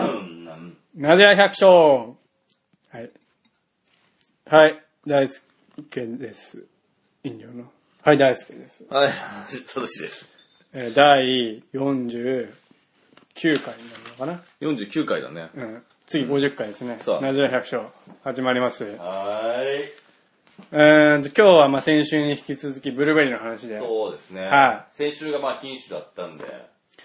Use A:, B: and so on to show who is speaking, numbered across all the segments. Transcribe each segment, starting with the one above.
A: うん
B: なぜや百姓はい。はい、大輔です。飲料の。はい、大輔です。
A: はい、正しいです。
B: えー第49回になるのかな
A: 49回だね。
B: うん。次50回ですね
A: そ。う
B: なぜや百姓始まります。
A: はーい。
B: うーんと、今日はまあ先週に引き続きブルーベリーの話で。
A: そうですね。
B: は
A: 先週がまあ品種だったんで、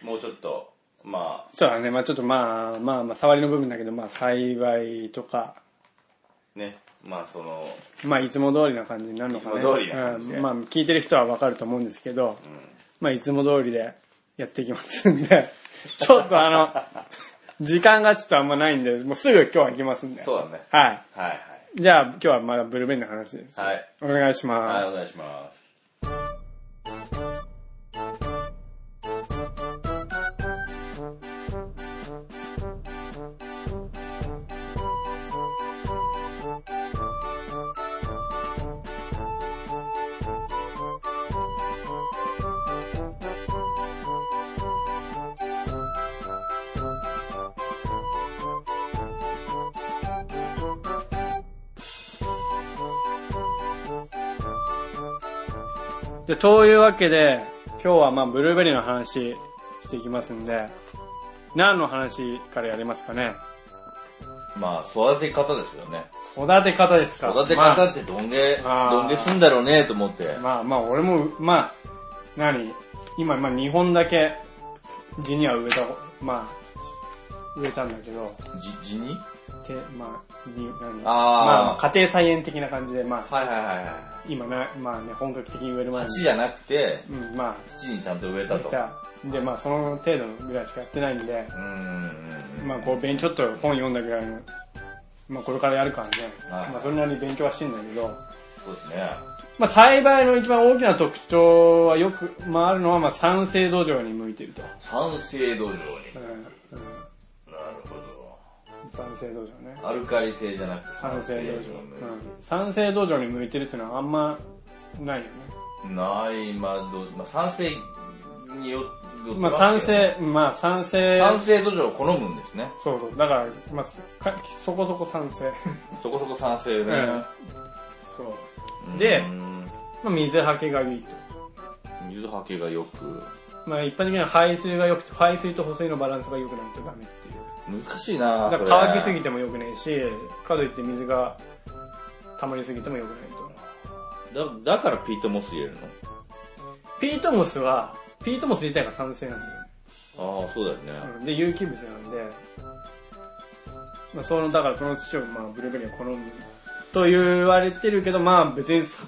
A: もうちょっと、ま
B: そうだね。まあちょっとまあまあまあ触りの部分だけど、まあ栽培とか、
A: あね、まあその、
B: まあいつも通りな感じになるのかね。
A: いつも通りな感じで
B: うんまあ聞いてる人はわかると思うんですけど、まあいつも通りでやっていきますんで、 ちょっとあの、時間がちょっとあんまないんで、もうすぐ今日は行きますんで。
A: そうだね。
B: は
A: はいはい。
B: い。じゃあ今日はまだブルーベリーの話です。
A: はい。
B: お願いし
A: はい、
B: ま
A: お願いします。
B: す。で、というわけで、今日はまあブルーベリーの話していきますんで、何の話からやりますかね
A: まあ、育て方ですよね。
B: 育て方ですか
A: 育て
B: まあ
A: 方ってどんげ、
B: まあ
A: どんげすんだろうねと思って。
B: まあまあ俺も、まあ、何今、まあ2本だけ地には植えた、まあ、植えたんだけど、
A: じ、地に
B: てまあ、に何
A: あー
B: まあ、家庭菜園的な感じで、まあ、
A: はいはいはいは
B: 今な、まあね、本格的に植える前
A: い。
B: に。
A: 土じゃなくて、
B: うん、まあ、
A: 土にちゃんと植えた
B: 植
A: と。
B: えた。で、まあその程度ぐらいしかやってないんで、
A: うーん。
B: まあこう、勉ちょっと本読んだぐらいの、まあこれからやるからね、
A: はい
B: まあそれなりに勉強はしてんだけど、
A: そうですね。
B: まあ栽培の一番大きな特徴はよく、まああるのは、まあ酸性土壌に向いてると。
A: 酸性土
B: うんう
A: 壌に。
B: ん
A: なるほど。
B: 酸性土壌ね。
A: アルカリ性じゃなくて
B: 酸性土壌。
A: に
B: うん酸性土壌に向いてるっていうのはあんまないよね。
A: ない、まあ、どまあ、酸性によって
B: まあ酸。性、まあ酸性、
A: 酸性土壌を好むんですね。
B: そうそう。だから、まあかそこそこ酸性。
A: そこそこ酸性
B: う
A: ね。
B: んそう。
A: うん
B: で、まあ水はけがいいと。
A: 水はけがよく。
B: まあ一般的には排水が良くて、排水と保水のバランスが良くないとダメっていう。
A: 難しいな
B: だから
A: こ
B: 乾
A: れ
B: きすぎても良くないし、かといって水が溜まりすぎても良くないと。
A: だだからピートモス入れる
B: ピートモスは、ピートモス自体が酸性なんだよね。
A: のああ、そうだよね。
B: うんで、有機物なんで、まあ、その、だからその土を、まあ、ブルーベリーは好む。と言われてるけど、まあ、別にさ、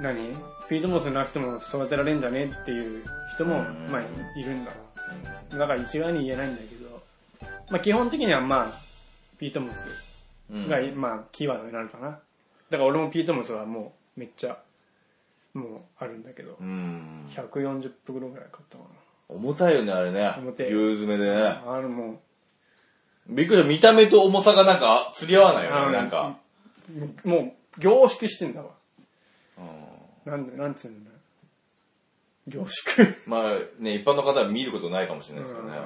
B: 何フィードモスなくても育てられんじゃねっていう人も、
A: うん
B: まあ、いるんだろう。だから一概に言えないんだけど、まあ、基本的にはまあ、ピートモス
A: うん。うん
B: が、まあ、キーワードになるかな。だから俺もピートモスはもう、めっちゃ、もう、あるんだけど
A: う、ん。
B: 140袋ぐらい買ったか
A: 重たいよね、あれね。
B: 重たい
A: 夕詰めでね。
B: な。あのもう、
A: びっくりした。見た目と重さがなんか釣り合わないよ
B: うん
A: ね、なんか。
B: もう、凝縮してんだわ。
A: うん
B: なんで、なんつうんだよ凝縮。
A: まあね、一般の方は見ることないかもしれないですけどね。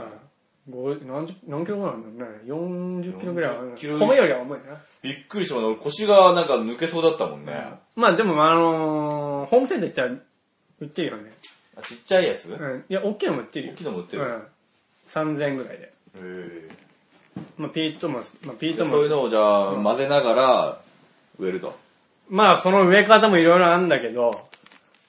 B: ご何十何キロぐらいあるんだろうね。40キロぐらいある
A: 40キロ
B: 米よりは重いな。
A: びっくりしたもんね。俺腰がなんか抜けそうだったもんね。
B: まあでも、あのー、ホームセンター行ったら売ってるよね。
A: あちっちゃいやつ、
B: うん。いや、大きいのも売ってるよ。
A: 大きいのも売ってる
B: うん。3000ぐらいで。
A: へ
B: まあ、ピートも、まあ、ピー
A: え
B: ト
A: そう
B: も
A: いう、のをじゃあ混ぜながら植えると。
B: まあ、その植え方もいろいろあるんだけど、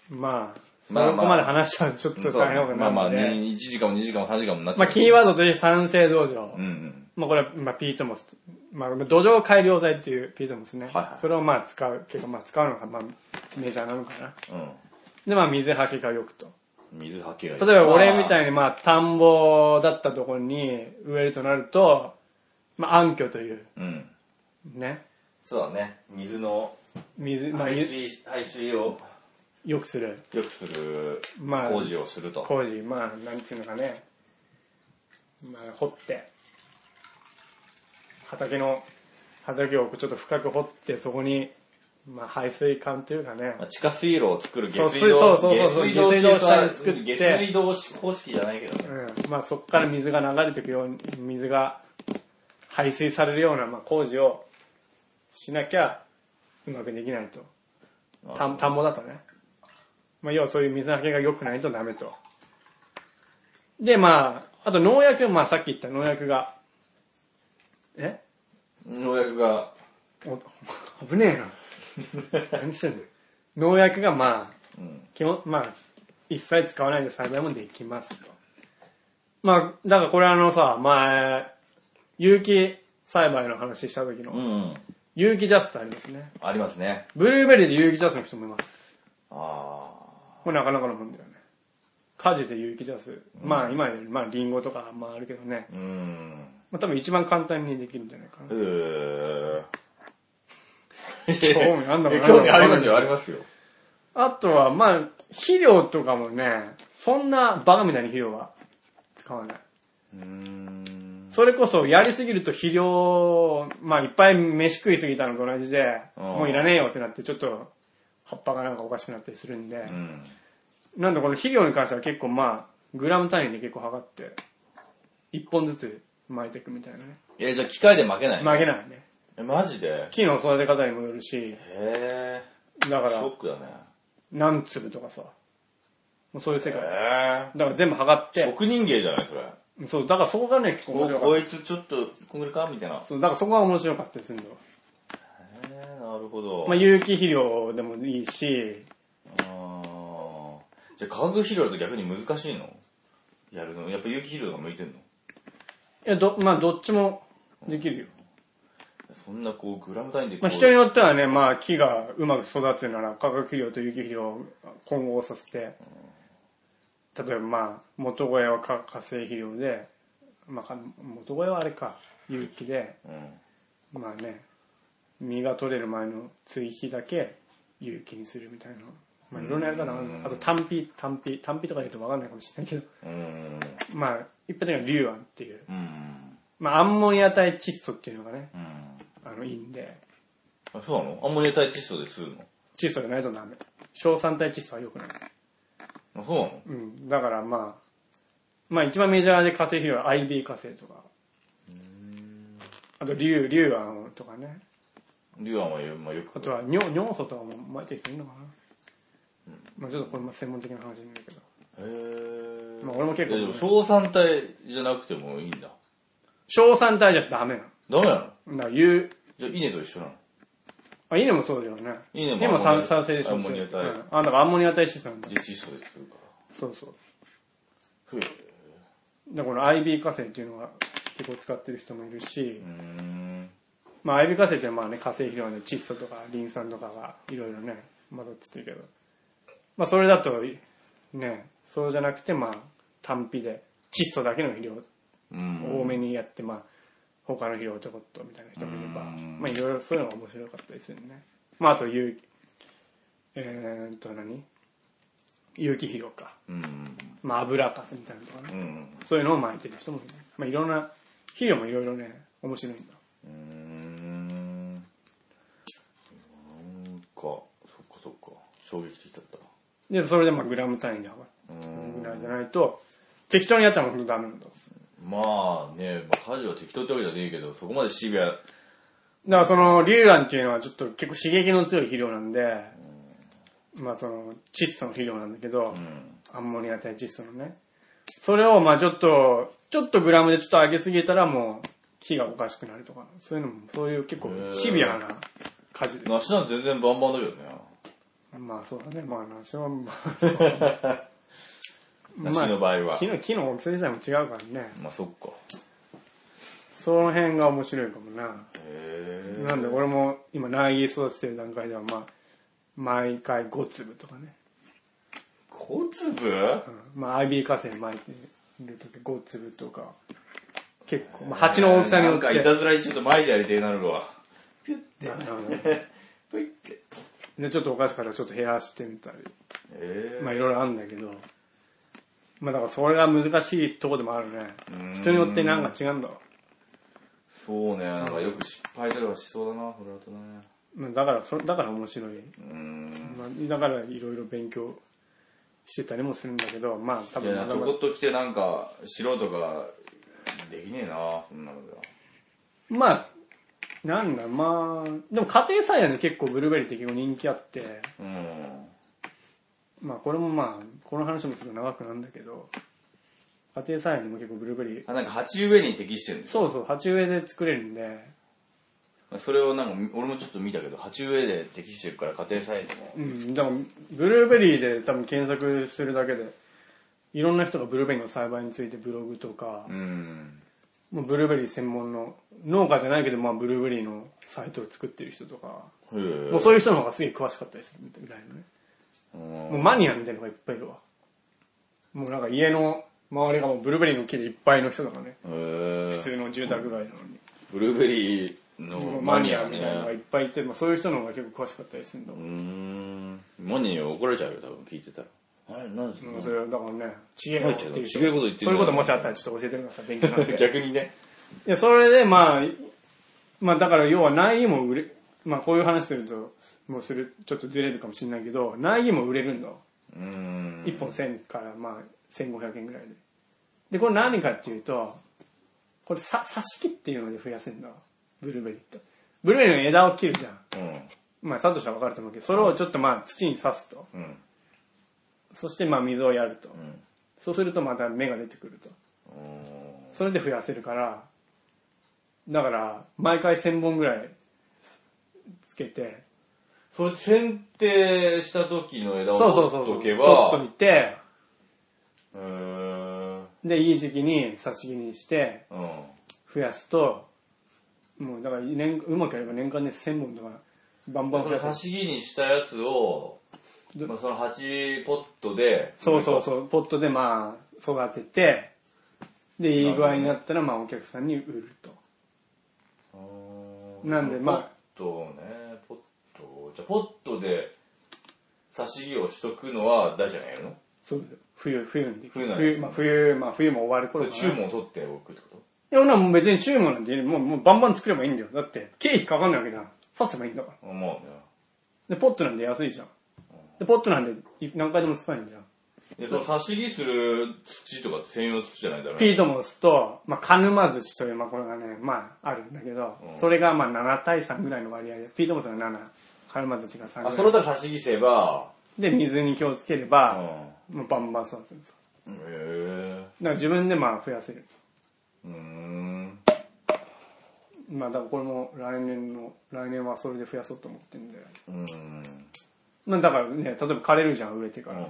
B: まあ、そ
A: まあまあ
B: こまで話したらちょっと大変なことに
A: まあま
B: な
A: あ
B: るんで。
A: ね、1時間も2時間も3時間もなっちゃ
B: ま
A: う。
B: あ、キーワードとして酸性道場。
A: うんうん。
B: まあこれは、まあ、ピートモス。まあ、土壌改良剤っていうピートモスね。
A: はいはい
B: それをまあ使う、結構まあ使うのがまあメジャーなのかな。
A: うん。
B: で、まあ水はけが良くと。
A: 水はけがいい
B: 例えば俺み
A: い
B: たいにまあ田んぼだったところに植えるとなると、まあ暗渠という、
A: な。うん。
B: ね。
A: そうだね。水の
B: 水、まあ
A: 排
B: ゆ
A: 水、排水を
B: 良くする
A: 良くする
B: まあ
A: 工事をすると。
B: 工事、まあなんていうのかね。まあ掘って、畑の、畑をちょっと深く掘ってそこに、まあ排水管というかね。
A: まあ地下水路を作る下
B: そう
A: 水道。
B: そうそうそう
A: 下水道ってい
B: 下水道を
A: うか
B: 下に作って
A: 下水道方式じゃないけどね。
B: うんまあそこから水が流れていくように、水が排水されるような、まあ、工事をしなきゃうまくできないと。田ん田んぼだとね。まあ、要はそういう水はけが良くないとダメと。で、まあ、あと農薬、まあさっき言った農薬が、え
A: 農薬が、
B: お危ねえな。何してんの農薬がまあ、
A: うん。
B: 基本、まあ、一切使わないで栽培もできますと。まあ、だからこれあのさ、前、有機栽培の話した時
A: う
B: の、
A: ん。
B: 有機ジャスってありますね。
A: ありますね。
B: ブルーベリーで有機ジャスの人もいます。
A: あ
B: これなかなかのもんだよね。果樹で有機ジャス。まあ今より、まあリンゴとかまああるけどね。
A: ー。うん。
B: まあ多分一番簡単にできるんじゃないかな。
A: うー。
B: 興味あんのかな
A: 興味ありますよ、ありますよ。
B: あとはまあ、肥料とかもね、そんなバカみたいに肥料は使わない。
A: うーん。
B: それこそやりすぎると肥料、まあいっぱい飯食いすぎたのと同じで、
A: うん
B: もういらねえよってなってちょっと葉っぱがなんかおかしくなったりするんで、
A: うん。
B: なんでこの肥料に関しては結構まあ、グラム単位で結構測って、一本ずつ巻いていくみたいなね。
A: え、じゃあ機械で負けない
B: 曲げないね。
A: え、マジで
B: 木の育て方にもよるし、
A: へ
B: だか
A: ー。ショ
B: ら
A: ックだね。
B: 何粒とかさ、もうそういう世界です。
A: へ
B: だから全部測っ
A: ー。
B: て、
A: 職人芸じゃない、それ。
B: そう、だからそこがね結構面
A: お
B: 白かっ
A: こいつちょっと、こんぐらいかみたいな。
B: た。そう、だからそこが面白かったでするの。
A: へー、なるほど。
B: まあ有機肥料でもいいし、
A: あーじゃあ化学肥料だと逆に難しいのやるのやっぱ有機肥料が向いてんの
B: いや、ど、まあ、どっちもできるよ。
A: そんなこうグラム単位でこう
B: まあ、人によってはね、まあ、木がうまく育つなら、化学肥料と有機肥料を混合させて、例えばまあ、元小屋は化化成肥料で、まあ、か元小屋はあれか、有機で、
A: うん
B: まあね、実が取れる前の追肥だけ有機にするみたいな。まあ、いろんなやり方があるのあと、単皮、単皮、単皮とか言うと分かんないかもしれないけど、
A: うん
B: まあ、一般的には硫安っていう、
A: うん
B: まあ、アンモニア対窒素っていうのがね、
A: うん
B: あの、いいんで、
A: あそうなのアンモニア対窒素でするの
B: 窒素がないとダメ。硝酸体窒素は良くない。
A: あそうなの
B: うん。だからまあ、まあ一番メジャーで化成肥料は IB 化成とか。あと、硫、硫安とかね。
A: リュウアンはよ,、まあ、よ
B: あ
A: く
B: とは尿、尿素とかも巻いてる人いるのかな。まあちょっとこれまあ専門的な話になるけど。
A: へー
B: まあ俺も結構
A: いやでも硝酸体じゃなくてもいいんだ
B: 硝酸体じゃダメなの。
A: ダメなの
B: だから、有、
A: じゃあ稲と一緒なの
B: あ、イネもそうだよね。
A: イネも
B: も
A: アンモニ
B: 酸酸
A: ア
B: 性でしょ。
A: アンモニア体
B: うんあ、だからアンモニア体質なんだ
A: で。窒素でするか
B: そうそう。
A: らへ
B: で、この IB 化成っていうのが結構使ってる人もいるし、
A: ーうーん
B: まあ、アイビカセってまあね、化成肥料の窒素とかリン酸とかがいろいろね、混ざってるけど。まあ、それだと、ね、そうじゃなくて、まあ、単皮で、窒素だけの肥料、
A: うん
B: 多めにやって、まあ、他の肥料をちょこっとみたいな人もいれば、
A: うん
B: まあ、いろいろそういうのが面白かったりするね。まあ、あと、有機、えーっと何、有機肥料か。
A: うん
B: まあ、油かすみたいなのとか
A: う
B: ね。
A: ん
B: そういうのを巻いてる人もいる。まあ、いろんな、肥料もいろいろね、面白いんだ。
A: うーんなんか、そっかそっか。衝撃的だった
B: で、それでまあグラム単位で測
A: な。うー
B: る
A: ん。
B: ぐらいじゃないと、適当にやったら本当ダメなんだ。だか
A: まあね、まあ家事は適当ってわけじゃねえけど、そこまでシビア。う
B: らその、リュウアンっていうのはちょっと結構刺激の強い肥料なんで、まあその、窒素の肥料なんだけど、
A: ん。
B: アンモニア対窒素のね。それをまあちょっと、ちょっとグラムでちょっと上げすぎたらもう、木がおかしくなるとか、そういうのも、そういう結構シビアな果樹で。
A: 梨なんて全然バンバンだけどね。
B: まあそうだね、まあ梨 は、まあ、
A: 梨の場合
B: まあ
A: は
B: 木。の、木の大きさ自体も違うからね。
A: まあそっか。
B: その辺が面白いかもな。
A: へえ。
B: なんで俺も今苗木育ててる段階ではまあ毎回5粒とかね、
A: 小粒
B: うん、まあ IB 河川巻いてる時5粒とか結構、まあ、鉢の大きさによ
A: な
B: っ
A: ん
B: て
A: かいたずらにちょっと前でやりてえなるわ。
B: うん
A: ぷいって。
B: でちょっとおかしかったらちょっと減らしてみたり
A: へえ。
B: まあいろいろあるんだけどまあだからそれが難しいとこでもあるね
A: うん
B: 人によってなんか違うんだわ
A: そうね、なんかよく失敗とかしそうだな、それだとね。
B: まあだからそだから面白い、
A: うーん。
B: まあ、だからいろいろ勉強してたりもするんだけど、まあ多
A: いや
B: 分
A: な
B: ま
A: ん
B: だ
A: かちょ
B: ま
A: こ
B: だ
A: っと来てなんか素人ができねえなそんなことは
B: まあ、なんだ、まあ、でも家庭菜園で結構ブルーベリーって結構人気あって、
A: うん
B: まあこれもまあ、この話もすごい長くなるんだけど、家庭菜園でも結構ブルーベリー、
A: あなんか鉢植えに適してるんです
B: そうそう、鉢植えで作れるんで、
A: それをなんか俺もちょっと見たけど鉢植えで適してるから家庭菜園でも
B: うん、だからブルーベリーで多分検索するだけで、いろんな人がブルーベリーの栽培についてブログとか、
A: うん
B: もうブルーベリー専門の、農家じゃないけど、まあブルーベリーのサイトを作ってる人とか、
A: へえ
B: もうそういう人の方がすげえ詳しかったりするみたいなね。
A: うん
B: もうマニアみたいなのがいっぱいいるわ。もうなんか家の周りがもうブルーベリーの木でいっぱいの人だからね。
A: へえ
B: 普通の住宅街なのに。
A: ブルーベリーのマ
B: マ
A: ニ
B: ニ
A: ア
B: アみ
A: みた
B: たい
A: い
B: な
A: な
B: のがいっぱいいて、まあ、そういう人の方が結構詳しかったりするんだも。
A: うんんマニアに怒られちゃうよ多分聞いてたらあれなんですか
B: うんそれはだからね、ちげえ
A: 入
B: よ
A: っ
B: ってて
A: る
B: いう人。
A: 違うこと言ってる
B: そういうこともしあったらちょっと教えてください、勉強なんで。
A: 逆にね
B: いや、それでまあ、いまあだから要は苗木も売れ、まあこういう話すると、もうする、ちょっとずれるかもしれないけど、苗木も売れるんだわ。
A: うん
B: 1本1000からまあ1500円ぐらいで。で、これ何かっていうと、これさ、挿し木っていうので増やせるんだわ。ブルーベリーって。ブルーベリーの枝を切るじゃん。
A: うん
B: まあ、サトシはわかると思うけど、それをちょっとまあ土に刺すと。
A: うん
B: そしてまあ水をやると。
A: うん
B: そうするとまた芽が出てくると。
A: うん
B: それで増やせるから、だから、毎回1000本ぐらいつけて、
A: それ剪定した時の枝を
B: そうそう
A: 取
B: そう
A: っ
B: そう、
A: とけ
B: 取
A: ば
B: っといて、
A: うーん
B: で、いい時期に刺し木にして、
A: うん
B: 増やすと、もうだから年、うまくやれば年間で1000本とか、バンバン
A: そ
B: 増や
A: れ
B: せ
A: 刺
B: る。
A: し木にしたやつを、
B: ど
A: まあ、その鉢ポットで
B: そうそう
A: う
B: そう、ポットでまあ、育てて、で、いい具合になったら、まあ、お客さんに売ると。
A: ー
B: なんでま
A: ポットねポットじゃあポットで刺し木をしとくのは大事じゃないの
B: そう冬、冬に。
A: 冬なんで
B: 冬、
A: すね
B: まあ、冬、まあ、冬も終わる
A: そ
B: 頃
A: れ
B: かな。
A: 注文を取っておくってこ
B: いや、ほな、もう別に注文なんて、もう、もうバンバン作ればいいんだよ。だって、経費かかんないわけじゃん。刺せばいいんだから。
A: とまあね
B: で、ポットなんで安いじゃん。で、ポットなんでい何回でも使えるじゃん。
A: でその刺し木する土とかって専用土じゃないだろ
B: ピートモスと、まあ、カヌマ寿司という、まあ、これがね、まあ、あるんだけど、
A: うん
B: それがまあ、7対3ぐらいの割合で、ピートモスが7、カヌマ寿司が3
A: あ
B: ぐ
A: そ
B: ら
A: の
B: い。
A: 他刺し木せば
B: で、水に気をつけれ
A: うん
B: ば、もうバンバン育つんですよ。
A: へえ
B: だから自分でまあ、増やせる。
A: うーん
B: まあ、だからこれも来年の、来年はそれで増やそうと思ってるんで。
A: うーん
B: まあだからね、例えば枯れるじゃん、植えてか
A: う
B: ら。
A: ん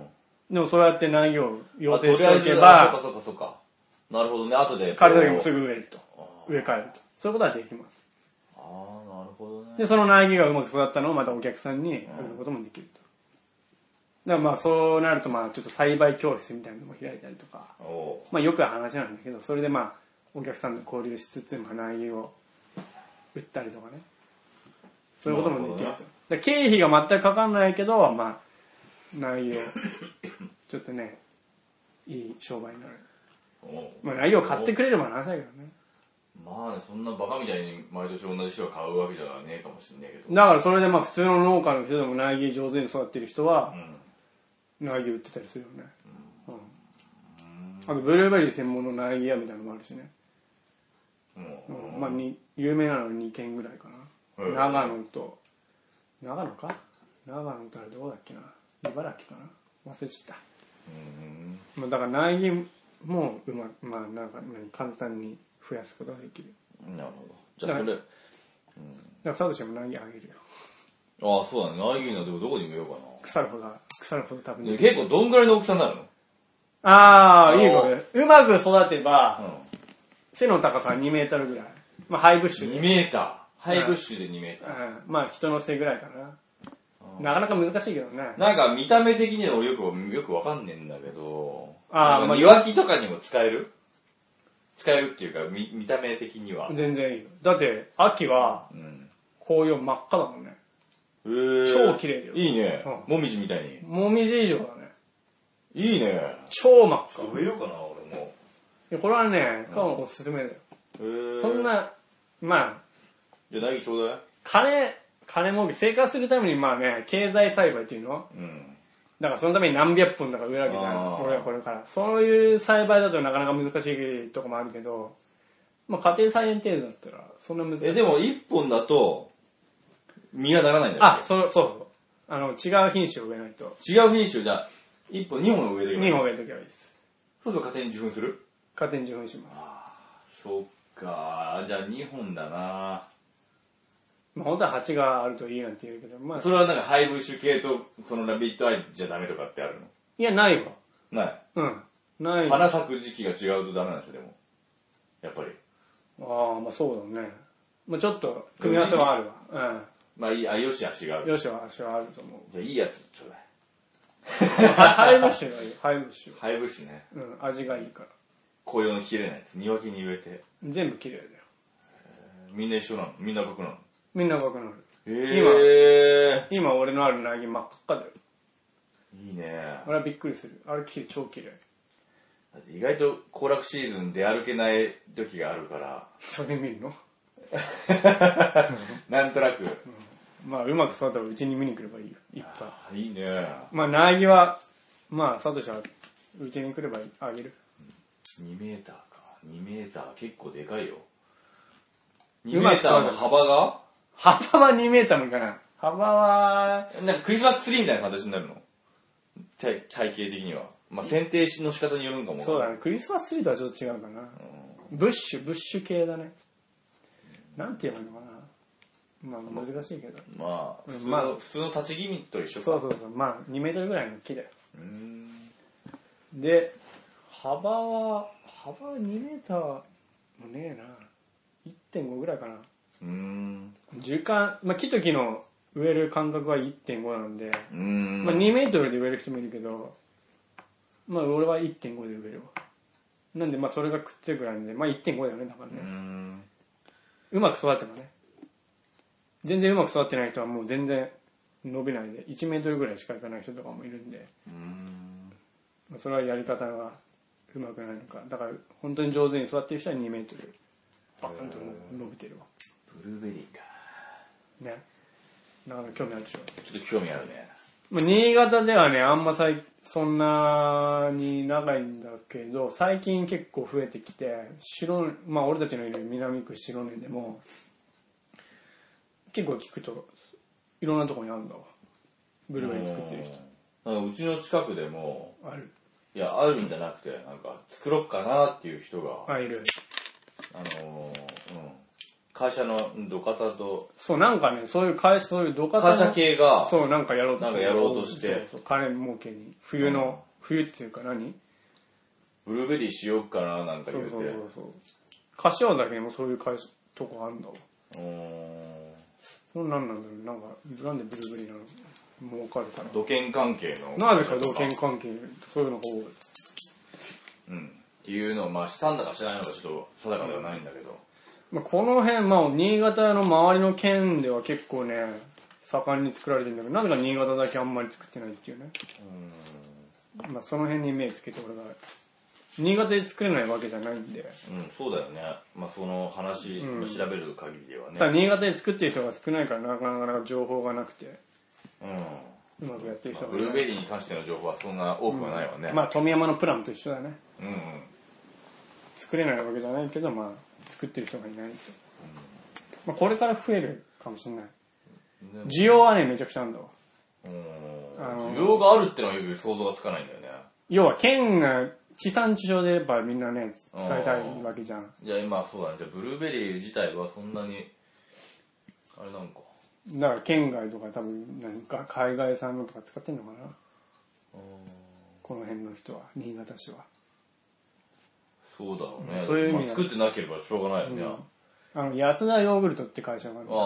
B: でもそうやって苗木を養
A: あとり
B: 成して
A: あえ
B: お
A: ず
B: け
A: あ
B: ば、
A: そうかそうかそうか。なるほどね、後で。
B: 枯れた時もす
A: ぐ。
B: ぐ植えると。植え替えると。そういうことはできます。
A: ああ、なるほどね。
B: で、その苗木がうまく育ったのをまたお客さんに売ることもできると。だからまあそうなるとまあちょっと栽培教室みたいなのも開いたりとか、
A: おお
B: まあよくある話なんだけど、それでまあお客さんと交流しつつ、まあ苗木を売ったりとかね。そういうこともできる
A: なる
B: と。
A: ほ
B: だか
A: ど
B: ら経費が全くかかんないけど、まあ苗木を、ちょっとね、いい商売になる。
A: う
B: まあ、内容買って
A: く
B: くれればなさいけどね。
A: まあ、そんなバカみたいに毎年同じ人が買うわけじゃねえかもしんないけど。
B: だからそれでまあ普通の農家の人でも苗木上手に育ってる人は
A: う、ん。
B: 苗木売ってたりするよね。うん。あと、ブルーベリー専門の苗木屋みたいなのもあるしね。
A: も
B: う。
A: うん
B: まあ、に、有名なのは2軒ぐらいかな。
A: うん
B: 長野と、長野か長野とあれどこだっけな茨城かな忘れちゃった。
A: うん。
B: まあ、だから苗木もうま、まあ、なんか、何簡単に増やすことができる。
A: なるほど。じゃあ、それ、
B: だから、サトシも苗木あげるよ。
A: ああ、そうだね。苗木のでもどこに植えようか
B: 腐るほど、腐るほど多分
A: な。で結構どんぐらいの大きさになるの
B: あ
A: あ
B: あ、
A: の
B: いいこれ。うまく育てば、
A: う
B: 背の高さ2メートルぐらい。まあ、ハイブッシ
A: ん。
B: ュで。
A: 2メーター。ハイブッシュで2メーター。
B: うんまあ、人の背ぐらいかな。なかなか難しいけどね。
A: なんか見た目的には俺よく、よくわかんねえんだけど、
B: あー
A: な
B: ま
A: んか
B: あ
A: 庭木とかにも使える使えるっていうか、見見た目的には。
B: 全然いいよ。だって、秋は
A: うん。
B: 紅葉真っ赤だもんね。
A: えー
B: 超綺麗よ
A: いいね。
B: う
A: もみじみたいに。
B: もみじ以上だね。
A: いいね。
B: 超真っ赤。
A: 植えようかな、俺も。
B: いやこれはね、カモおすすめだよ。
A: えー
B: そん。な、まあ、
A: じゃあ、苗木ちょうだい。
B: 金、金儲け、生活するためにまあね、経済栽培っていうの
A: うん。
B: だからそのために何百本だから植えるわけじゃ
A: あ
B: ん。
A: ー
B: 俺はこれから。そういう栽培だとなかなか難しいとこもあるけど、まあ家庭菜園程度だったら、そんな難しい。
A: え、でも一本だと、実がならないんだよ。
B: あ、その、そうそう。あの、違う品種を植えないと、
A: 違う品種じゃ、一本、二本植えて
B: 2本植えときゃいいです。
A: そうすると家庭に受粉する
B: 家庭に受粉します。
A: そっか、じゃあ二本だな
B: まあ本当は鉢があるといいなんて言うけど、まあ、
A: それはなんかハイブリッシュ系と、そのラビットアイじゃダメとかってある
B: いや、ないわ。
A: のない。
B: うん。ない。あ
A: 花咲く時期が違うとダメなんでしょ、でも。やっぱり。
B: あ、まあそうだね。まあちょっと、組み合わせはあるわ。
A: まあいい、あ、よし悪しがあ
B: うん。
A: る。
B: よしは、足はあると 思う。
A: じゃあいいやつちょうだい。
B: ハイブッシュがいい。ハイブッシュ。
A: ハイブリッシュね。
B: うん、味がいいから。
A: 紅葉の綺麗なやつ。庭木に植えて。
B: 全部綺麗だよ。
A: みんな一緒なのみんな僕なの
B: みんな赤くなる。
A: え
B: 今俺のある苗木真っ赤だよ。
A: ー、いいね
B: あれはびっくりする。あれ綺麗、超綺麗。
A: だって意外と行楽シーズン出歩けない時があるから、
B: それ見るの
A: なんとなく。
B: まあうまく育ったらうちに見に来ればいいよ。いっぱい。
A: あいいね
B: まあ苗木は、まあサトシはうちに来ればあげる。
A: 2メーターか。2メーター結構でかいよ。2
B: う
A: メ
B: ま
A: ー
B: く
A: ターの幅が
B: 幅は2メーターもいかない。幅は、
A: なんかクリスマスツリーみたいな形になるの体体型的には。まあ、剪定の仕方によるんかも。
B: そうだね。クリスマスツリーとはちょっと違うかな。ブッシュ、ブッシュ系だね。なんて言えばいいのかな。まあ難しいけど。
A: まあ、普通
B: ま
A: の、
B: あ
A: 普通の立ち気味と一緒か。
B: そうそうそう。まあ2メートルぐらいの木だよ。
A: うーん。
B: で、幅は、幅は2メーターもねえな。1.5ぐらいかな。
A: うーん。
B: 樹間、まあ、木と木の植える間隔は1.5なんで、
A: うーん。
B: まあ、2メートルで植える人もいるけど、まあ、俺は1.5で植えるわ。なんで、まあ、それがくっつくぐらいなんで、まあ、1.5だよね、だから
A: うー
B: ね。
A: ん。
B: うまく育ってもね。全然うまく育ってない人はもう全然伸びないで、1メートルぐらいしかいかない人とかもいるんで、
A: うーん。
B: まあそれはやり方がうまくないのかだから本当に上手に育ってる人は2メートルバーンと伸びてるわ
A: ブルーベリーか。
B: ねなかなか興味あるでしょ、
A: ちょっと興味あるね。
B: まあ、新潟ではねあんまさいそんなに長いんだけど最近結構増えてきて白まあ俺たちのいる南区白根でも結構聞くといろんなとこにあるんだわブルーベリー作ってる人
A: うんなんかうちの近くでも、
B: ある
A: いや、あるんじゃなくて、なんか、作ろっかなっていう人が、
B: あいる
A: あのー、うん。会社の土方と、
B: そうなんかねそういう会社そういう土方の
A: 会社系が、
B: そう、なんかやろうと
A: なんかやろうとし
B: そ
A: て
B: うそう金儲けに。冬の、冬っていうか何
A: ブルーベリーしようかななんか
B: そ
A: 言っ
B: う
A: て。
B: そうそうそう。柏崎にもそういう会社、とこあるんだわ。
A: うーん。
B: これ何なんだろうなんか、なんでブルーベリーなの儲かるか
A: 土建関係の。
B: な。なぜか同権関係、そういうのが多い。
A: うん。っていうのを、まあ、したんだか知らないのかちょっと定かではないんだけど。
B: まあ、この辺、まあ、新潟の周りの県では結構ね、盛んに作られてるんだけど、なぜか新潟だけあんまり作ってないっていうね。まあ、その辺に目つけて俺が、新潟で作れないわけじゃないんで。
A: うん、そうだよね。まあ、その話、
B: うん
A: 調べる限りではね。
B: ただ新潟で作ってる人が少ないからなかなか情報がなくて
A: うん。
B: うまくやってる
A: ま
B: 人
A: あ
B: が
A: ブ
B: いない
A: ルーベリーに関しての情報はそんな多くはないわね。
B: まあ富山のプランと一緒だね
A: うんうん。
B: 作れないわけじゃないけどまあ作ってる人がいないと、まあ、これから増えるかもしれない
A: ね
B: 需要はねめちゃくちゃあるんだわ
A: う
B: あ
A: ん
B: の
A: 需要があるってのはよく想像がつかないんだよね。
B: 要は県が地産地消でやっぱみんなね使いたいわけじゃん
A: いや、今そうだね。じゃあブルーベリー自体はそんなに、あれなんか。
B: だから県外とか多分なんか海外産のとか使ってんのかな
A: うん
B: この辺の人は新潟市は
A: そうだろうね。
B: そういう意味
A: ま
B: だ
A: あ作ってなければしょうがないよね。
B: うん
A: あ
B: あの安田ヨーグルトって会社があるんだ
A: あ、あ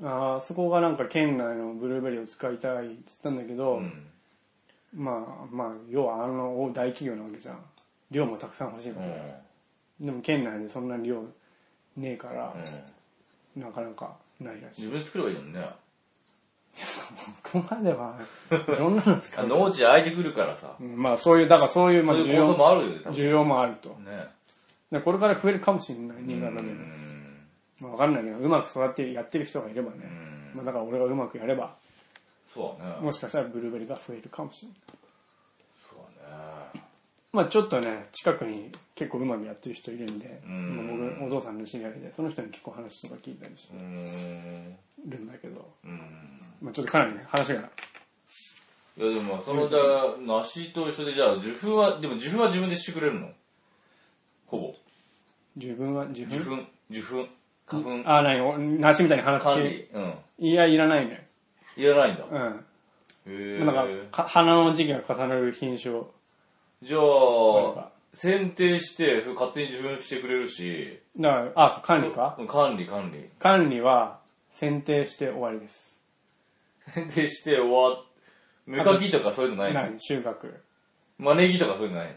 A: る
B: あーそこがなんか県内のブルーベリーを使いたいっつったんだけど、
A: ある。うん。
B: まあまあ要はあの大企業なわけじゃん量もたくさん欲しいか
A: う
B: ら、
A: ん。
B: でも県内でそんな量ねえから
A: うん、
B: なかなかないらしい
A: 自分で作ればいいのにね。
B: ここまではいろんなの使
A: あ
B: う
A: 農地空いてくるからさ。
B: うん まあそういうだからそういうま
A: そ
B: あ
A: う
B: 需
A: いう構
B: 要
A: 想もあるよね、多分。
B: 需要もあると
A: ね。
B: でこれから増えるかもしれない新潟で
A: う
B: も、
A: ん。
B: まあ、分かんないけどうまく育ってやってる人がいればね、
A: ん
B: まあ、だから俺がうまくやれば
A: そうだね。
B: もしかしたらブルーベリーが増えるかもしれない。
A: そうだね。
B: まあちょっとね、近くに結構うまみやってる人いるんで、
A: ん
B: まあ僕、お父さんの知り合いで、その人に結構話とか聞いたりして
A: うーん。
B: るんだけど、
A: うん。
B: まあちょっとかなりね、話が、
A: いやでもまあ、そのじゃあ、梨と一緒で、じゃあ、受粉は、でも受粉は自分でしてくれるのほぼ。
B: 自分は、自
A: 受
B: 分
A: 粉、受粉、花粉、
B: ああ、ない、お梨みたいに話
A: 管
B: して、
A: 理。うん。
B: いや、いらないね。
A: いらないんだ。へ
B: うん。
A: え。
B: なんかか、花の時期が重なる品種を。
A: じゃ
B: れ
A: あ
B: ば、
A: 選定して、それ勝手に受粉してくれるし、
B: だから、あ、そう、管理か
A: うん管理管理。
B: 管理は、剪定して終わりです。
A: 選定して終わっ、メカキとかそういうのない
B: な
A: の
B: い、収穫。
A: マネギとかそういうのないの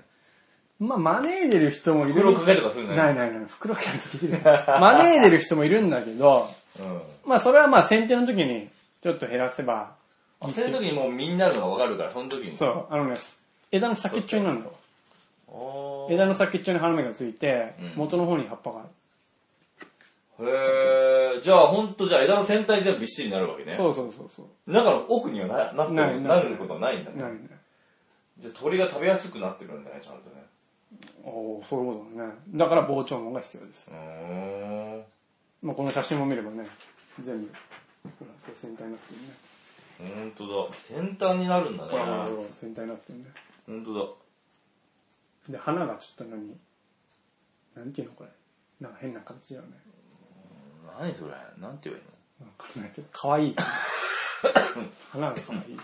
B: まあ、招いでる人もいる。
A: 袋かけとかそういうの
B: な
A: ないい
B: ないない、袋かけてる。招いでる人もいるんだけど、
A: のうん。
B: まあ、それはまあ、剪定の時に、ちょっと減らせば、
A: あ、その時にもう身になるのがわかるから、その時に。う。
B: そう、あのね、枝の先っちょになるの。
A: あ
B: 枝の先っちょに花芽がついて
A: うん、
B: 元の方に葉っぱがある。
A: ー。へえ。じゃあ、ほんと、じゃあ枝の先端全部びっしりになるわけね。
B: そうそうそうそう。
A: 中の奥にはななって
B: ない
A: な
B: ない
A: ることはないんだね。
B: ないね。
A: じゃあ鳥が食べやすくなってるんだね、ちゃんとね。
B: おーそういうことだね。だから膨張門が必要です。
A: うーん。う
B: まあ、この写真も見ればね、全部、ほら、こう先端になってるね。
A: ほんとだ。先端になるんだね
B: ほ。らほらほら、先端になってるね。
A: ほんとだ。
B: で、花がちょっと何、なんていうのこれ。なんか変な形だよね。
A: 何それなんて言えばいいの
B: わかんないけど、 可愛い。花が可愛い。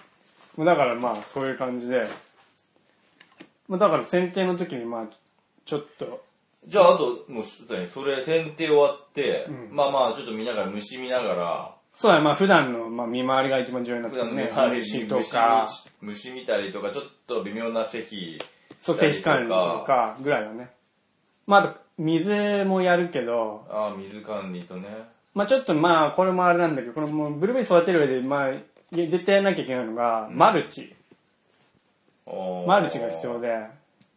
B: もうだからまあ、そういう感じで、まあ、だから剪定の時にまあ、ちょっと、
A: じゃあ、あと、もう、それ、剪定終わって、
B: ん
A: まあまあ、ちょっと見ながら、虫見なが
B: そうだね、まあ普段のまあ見回りが一番重要にな
A: ら、
B: ってくるね。
A: 虫
B: 虫とか、
A: 虫見たりとか、ちょっと微妙な咳。
B: そう、石管理とかぐらいはね。まああと、水もやるけど、
A: ああ、水管理とね。
B: まあちょっとまあこれもあれなんだけど、このもうブルーベリー育てる上で、まあいや絶対やらなきゃいけないのが、マルチ。マ
A: マ
B: ルチが必要。で、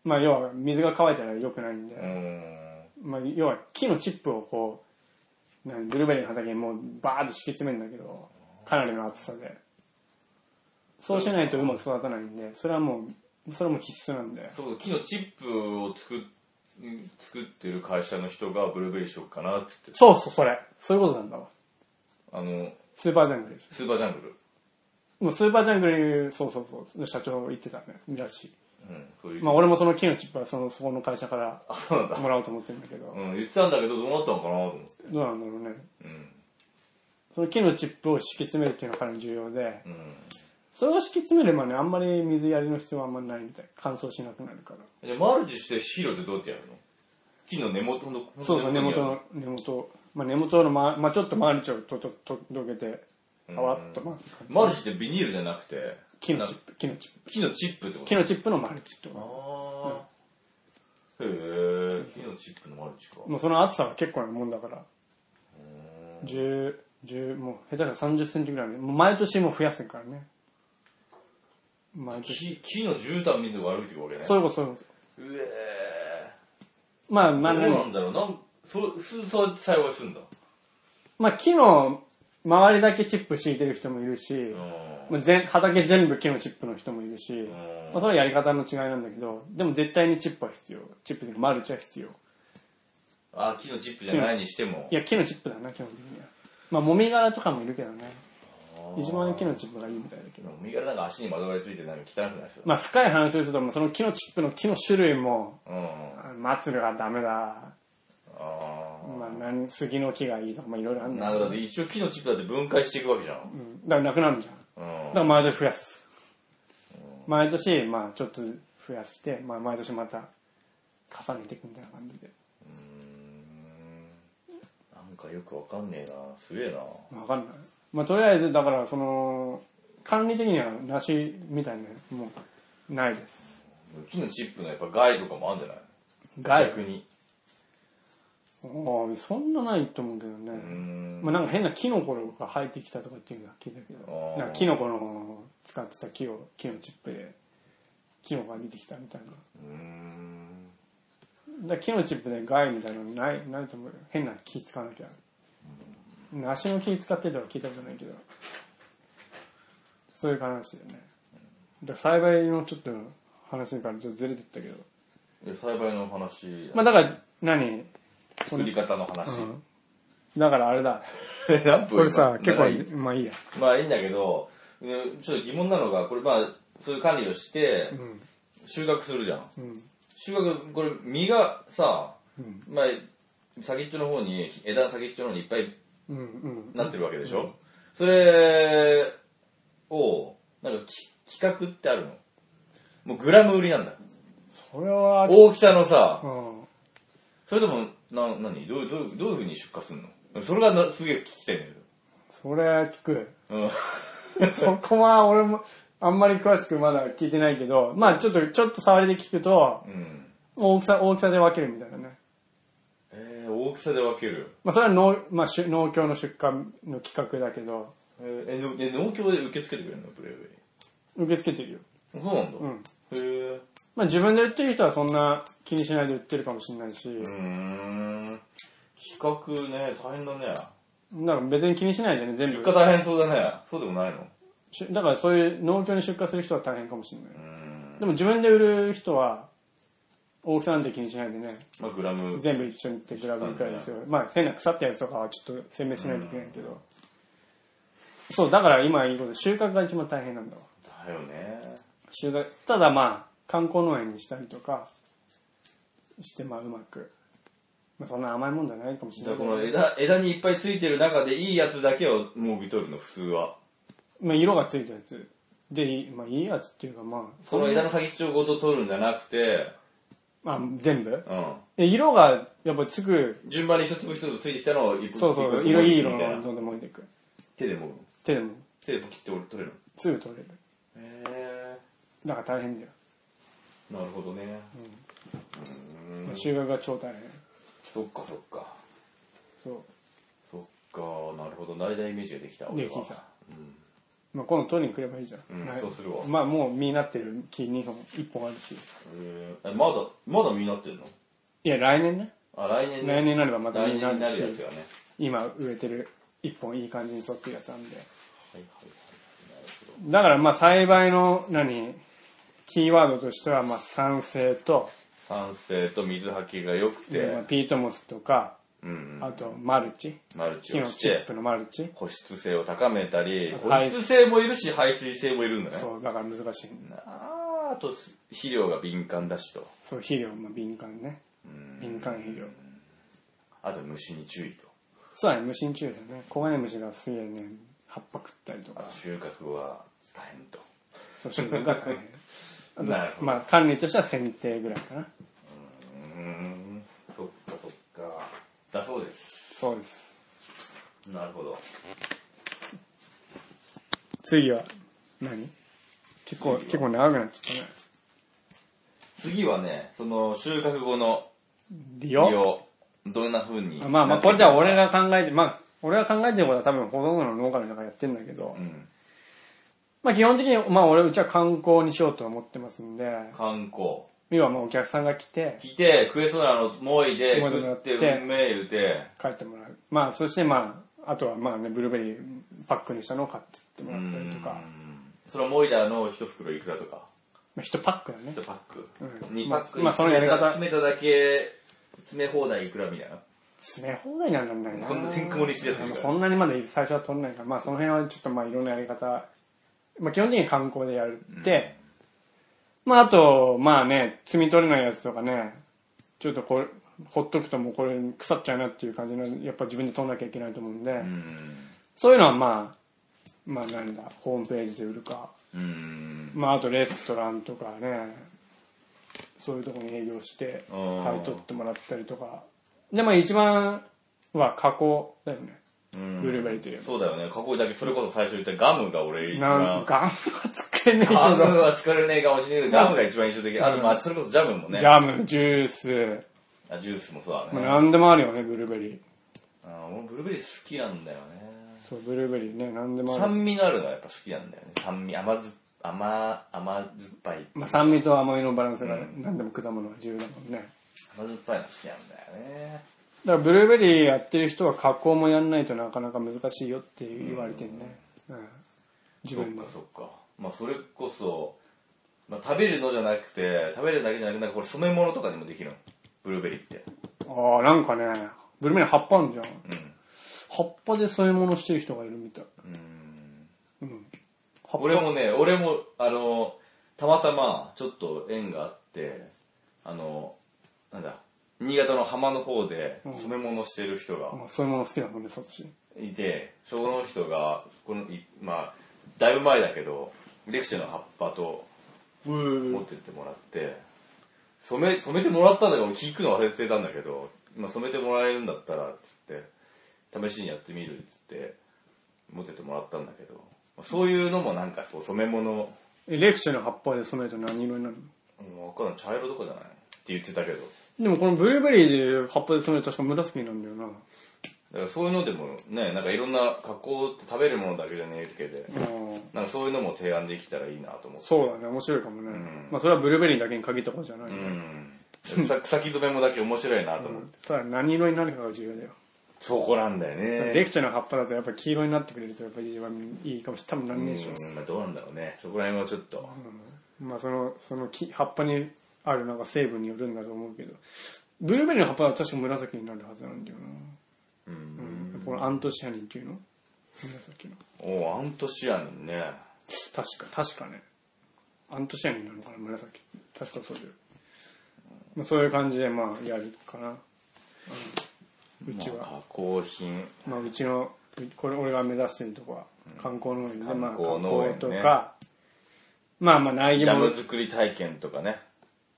B: まあ要は水が乾いたら良くないん
A: うー
B: で、
A: ん。
B: まあ要は木のチップをこう、なんブルーベリーの畑にもうバーッと敷き詰めるんだけど、かなりの厚さで。そうしないとうまく育たないんで、それはもう、それはもう必須なんで。
A: そう木のチップを作っ作ってる会社の人がブルーベリーしよっかなって言って
B: そうそう、それ。そういうことなんだわ。
A: あの
B: スーパージャングルでし
A: スーパージャングル、
B: ょ。もうスーパージャングル、そうそうそう、社長言ってたね、らしい。
A: うん、そういう、
B: まあ俺もその木のチップはその、そこの会社から
A: あそうなんだ、
B: もらおうと思ってるんだけど、
A: うん、言ってたんだけどどうなったのかなと思って
B: どうなんだろうね。
A: うん
B: その木のチップを敷き詰めるっていうのがかなり重要で、
A: うん
B: それを敷き詰めればね、あんまり水やりの必要はあんまりないみたい。乾燥しなくなるから。
A: じゃあマルチして肥料ってどうやってやるの木の根元の
B: そうそう、根元の、根元。まあ根元のま、まあちょっとマルチをとととどけて、パワッと、まあ、
A: マルチってビニールじゃなくて
B: 木のチ
A: な
B: ップ、木のチップ。
A: 木のチップってこと
B: 木のチップのマルチってこと。
A: ああ、へえ木のチップのマルチか
B: もうその厚さは結構なもんだから、10、10、もう下手したら30センチぐらいまでもう毎年もう増やせるからね。毎年。
A: 木木の絨毯見て悪いってわけね
B: そう
A: う
B: いうこと、そういうこ
A: え
B: と。まあ、まあ、
A: どうな
B: 何
A: んだろうなんそう普通そうやって栽培するんだ
B: まあ木の周りだけチップ敷いてる人もいるし、
A: う
B: まあ、全畑全部木のチップの人もいるし、
A: ん
B: まあ、それはやり方の違いなんだけど、でも絶対にチップは必要。チップというかマルチは必要。い
A: あ木のチップじゃないにしても
B: や、木のチップだな、基本的には。まあ、もみ殻とかもいるけどね。一番木のチップがいいみたいだけど。
A: 右からなんか足にまとわりついてなんか汚くなる人
B: まあ、深い話をすると、まあその木のチップの木の種類も、
A: うんあ
B: 松がダメだ、
A: あ
B: まあ、何杉の木がいいとか、まあ、いろいろあるんだ
A: な
B: け
A: る
B: ど、
A: ほど一応木のチップだって分解していくわけじゃん
B: うんだからなくなるじゃん。
A: うん
B: だから毎年増やす。毎年、まあちょっと増やして、まあ毎年また重ねていくみたいな感じで。
A: なんかよくわかんねえなすげえな
B: まあわかんない。まあとりあえず、だからその、管理的には梨みたいなのもうないです。
A: 木のチップのやっぱ害とかもあるんじゃない逆に
B: ああ、そんなないと思うけどね。
A: うん
B: まあなんか変なキノコが生えてきたとかっていうのは聞いたけど
A: あ、ー
B: なんかキノコの使ってた木を、木のチップで、キノコが出てきたみたいな。
A: うん
B: だから木のチップで害みたいなのないないと思うよ変な木使わなきゃ梨の木使ってとは聞いたことないけどそういう話だよね。だから栽培のちょっと話からちょっとずれてったけど。
A: いや栽培の話、
B: まあだから、何
A: 作り方の話。
B: だからあれだ。
A: 何分
B: これさ
A: 今、
B: 結
A: 長い
B: 構、まあいいや。
A: まあいいんだけど、うんちょっと疑問なのが、これまあ、そういう管理をして、
B: ん
A: 収穫するじゃん。
B: うん。
A: 収穫、これ実がさ、
B: うん
A: まあ、先っちょの方に、枝の先っちょの方にいっぱい
B: うんうん。
A: なってるわけでしょ、それを、なんかき企画ってあるのもうグラム売りなんだ。
B: それは、
A: 大きさのさ、
B: うん。
A: それとも、な、何どういう、どういう、どういう風に出荷するのそれがなすげえ聞きたいんだけ
B: それ聞く。
A: ど。うん。
B: そこは俺も、あんまり詳しくまだ聞いてないけど、まあちょっと、ちょっと触りで聞くと、
A: うん。
B: 大きさ、大きさで分けるみたいなね。
A: えー、大きさで分ける。
B: まあそれは農、まあしゅ農協の出荷の企画だけど、
A: えーえのえ農協で受け付けてくれるのプレイウ
B: 受け付けてるよ。
A: ェイ。そうなんだ。
B: うん。
A: へえ。
B: まあ自分で売ってる人はそんな気にしないで売ってるかもしれないし、
A: うーん。企画ね、大変だね。
B: だから別に気にしないでね、全
A: 出
B: 部
A: 荷。大変そうだね。そうでもないの
B: しだからそういう農協に出荷する人は大変かもしれな
A: う
B: い。
A: ーん。
B: でも自分で売る人は、大きさなんて気にしないでね、
A: まあ、グラム。
B: 全部一緒にって比べるくらいですよ。まあ変な腐ったやつとかはちょっと鮮明しないといけないけど。そう、だから今いいこと、収穫が一番大変なんだわ。
A: だよね。
B: 収穫、ただまあ、観光農園にしたりとか、してまあうまく。まあそんな甘いもんじゃないかもし
A: じ
B: れな
A: ゃあ
B: い
A: こ
B: けど
A: の枝、枝にいっぱいついてる中でいいやつだけをもぎ取るの、普通は。
B: まあ、色がついたやつでいい,、まあ、いいやつっていうかまあ
A: その
B: ん
A: 枝の先っちょごと取るんじゃなくて、
B: あ全部
A: うん。
B: え色がやっぱつく
A: 順番に一粒一粒ついてきたのを一個
B: そうそ
A: 一個一
B: う
A: 個
B: 色いい色
A: み
B: の
A: たい
B: ど
A: なん
B: どんもいていく
A: 手でもう
B: 手でも
A: 手で切って俺取れる
B: すぐ取れる
A: のへ
B: だから大変だよ、
A: えなるほどね
B: まあ収穫が超大変
A: そっかそっか
B: そ
A: そっかなるほど大体イメージができた
B: うで
A: 俺
B: き
A: は
B: た、まあ、今度取りに来ればいいじゃん、
A: うん
B: はい
A: そうするわ
B: まあもう実になってる木2本1本あるし
A: へえまだまだ実になってるの
B: いや来年ね
A: あ来年ね
B: 来年になればまた実
A: 来
B: にな
A: 年
B: る
A: にな
B: し
A: るやつがね
B: 今植えてる1本いい感じに沿ってるやつなんで
A: はいは
B: だからまあ栽培の何キーワードとしてはまあ酸性と、
A: いはい酸性と水はけが良くて
B: まあ、ピートモスとか
A: うんうん
B: あとマルチ
A: マル
B: 木
A: チを
B: の
A: し
B: チッ
A: て
B: プのマルチ
A: 保湿性を高めたり保
B: はい
A: 湿性もいるし排水性もいるんだね
B: そうだから難しい
A: あーあと肥料が敏感だしと
B: そう肥料も敏感ね敏感肥料
A: あと虫に注意と
B: そうだね虫に注意だねコガネムシがすげえね葉っぱ食ったりと
A: あ
B: か
A: と収穫は大変と
B: そう収穫が大変あと
A: なるほど
B: まあ管理としては剪定ぐらいかな
A: うーんそっかそっかだそうです
B: そうです
A: なるほど
B: 次は何結構結構長くなっちゃったね
A: 次はねその収穫後の
B: 利
A: 利
B: 用
A: 用どんな風に
B: まあまあ、これじゃあ俺が考えて、まあ、俺が考えてることは多分ほとんどの農家の人がやってんだけど
A: う、ん
B: まあ基本的に、まあ俺、うちは観光にしようと思ってますんで、
A: 観光
B: 要はまあお客さんが来て
A: 来て食えそうなのもいで
B: もいで
A: 食って
B: もらって
A: うめえ言うて
B: 帰ってもらう。まあ、そしてまあ、あとはまあね、ブルーベリーパックにしたのを買ってっても
A: う
B: らったりと
A: ん
B: か、
A: そのもいだの一袋いくらとか
B: まあ一パックだね
A: 一。パック、
B: うん
A: 二パック
B: まあまあそのやり方
A: 詰めただけ詰め放題いくらみたいな
B: 詰め放題なんだよな。
A: こんなてんこ盛りしてるやついる
B: まあ
A: か
B: そ
A: ら
B: んなにまだ最初は取れないから、まあその辺はちょっとまあいろんなやり方、まあ基本的に観光でやるって、まああと、まあね、摘み取れないやつとかね、ちょっとこれ、ほっとくともうこれ腐っちゃうなっていう感じの、やっぱ自分で取んなきゃいけないと思うんで、
A: うん
B: そういうのはまあ、まあなんだ、ホームページで売るか、
A: うん
B: まああとレストランとかね、そういうとこに営業して、
A: うん
B: 買い取ってもらったりとか。で、まあ一番は加工だよね。
A: うん
B: ブルーベリーといえば。
A: そうだよね。加工だけ、それこそ最初言ったガムが俺一
B: なん
A: 番。
B: か、あんま作れないけ
A: ガム
B: ど。
A: は作れねえかもしれないけど、ガムが一番印象的。あと、まあ、それこそジャムもね
B: ジ。ャム、ジュース、
A: あジュースもそうだ
B: まあ、
A: ね。
B: 何でもあるよね、ブルーベリー。
A: あ俺ブルーベリー好きなんだよね。
B: そう、ブルーベリーね、何でもある。
A: 酸味のあるのがやっぱ好きなんだよね。酸味、甘酸っ、甘、甘酸っぱい。
B: まあ、酸味と甘みのバランスが、何でも果物は自由だもんね。
A: 甘酸っぱいの好きなんだよね。
B: だから、ブルーベリーやってる人は加工もやんないとなかなか難しいよって言われてるね。うん。自
A: そっ
B: 分
A: か
B: の。
A: そっか。まあそれこそ、まあ食べるのじゃなくて、食べるだけじゃなくて、なんかこれ染め物とかにもできるの。ブルーベリーって。
B: ああ、なんかね、ブルーベリー葉っぱあるじゃん。
A: うん。
B: 葉っぱでそういうものしてる人がいるみたい。
A: うん
B: うん。
A: 俺もね、俺も、あの、たまたま、ちょっと縁があって、あの、なんだ、新潟の浜の方で染め物してる人が
B: まあそういうもの好きだもんね、サトシ。
A: いて、その人が、この、いまあ、だいぶ前だけど、レクチャーの葉っぱと
B: う
A: 持っ
B: ー。
A: てってもらって、染め、染めてもらったんだけど、俺聞くの忘れてたんだけど、今染めてもらえるんだったら、つって、試しにやってみるっつって、持ってってもらったんだけど、まあそういうのもなんかこう染め物、
B: え、レクチャーの葉っぱで染めると何色になるの
A: うん、わかんない。茶色とかじゃないって言ってたけど。だ
B: でもこのブルーベリーで葉っぱで染めると確か紫なんだよな。
A: からそういうのでもね、なんかいろんな加工って食べるものだけじゃねえけで、
B: うん。
A: なんかそういうのも提案できたらいいなと思って。
B: そうだね、面白いかもね。まあそれはブルーベリーだけに限ったことじゃない。
A: うん。 草草木染めもだけ面白いなと思って。
B: ただ何色になるかが重要だよ。
A: そこなんだよ
B: レ
A: ね。
B: クチャーの葉っぱだとやっぱ黄色になってくれるとやっぱり一番いいかもしれない。多分なんねえでしょ。
A: うん、まあどうなんだろうね。そこら辺はちょっと。
B: まあその、その木葉っぱにあるなんか成分によるんだと思うけど、ブルーベリーの葉っぱは確か紫になるはずなんだよな。
A: うん。
B: このアントシアニンっていうの紫の。
A: おうアントシアニンね。
B: 確か、確かね。アントシアニンなのかな、紫。確かそうだよ。まあ、そういう感じで、まあ、やるかな。うんうち
A: まあ
B: は。
A: 加工品。
B: まあ、うちの、うこれ、俺が目指してるとこは、観光農園で、まあ、観
A: 観光農園ね
B: 光とか、まあまあ、苗
A: ジ
B: 木
A: ャ
B: も
A: ム、作り体験とかね。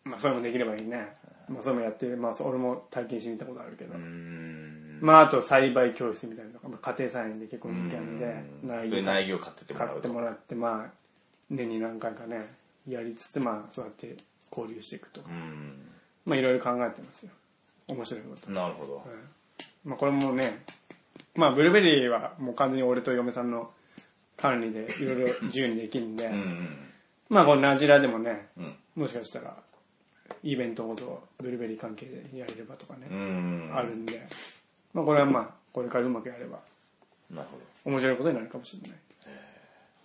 B: まあ、それもできればいいね。まあ、それもやってる。まあ、そう俺も体験してみたことあるけど。
A: うん。
B: まあ、あと、栽培教室みたいなのとか、まあ、家庭菜園で結構人気あるんで、苗
A: そうい
B: 木
A: う苗木を買ってっても
B: 買
A: ら
B: っ
A: う
B: て
A: と。
B: もらってまあ年に何回かねやりつつまあそうやって交流していくと
A: うん。
B: まあいろいろ考えてますよ面白いこと、
A: なるほど。
B: まあこれもねまあブルーベリーはもう完全に俺と嫁さんの管理でいろいろ自由にできるんで、
A: うんうん。
B: まあこのナジラでもね
A: うん。
B: もしかしたらイベントごとブルーベリー関係でやれればとかね
A: う、ん。
B: あるんでまあこれはまあこれからうまくやれば
A: なるほど。
B: 面白いことになるかもしれない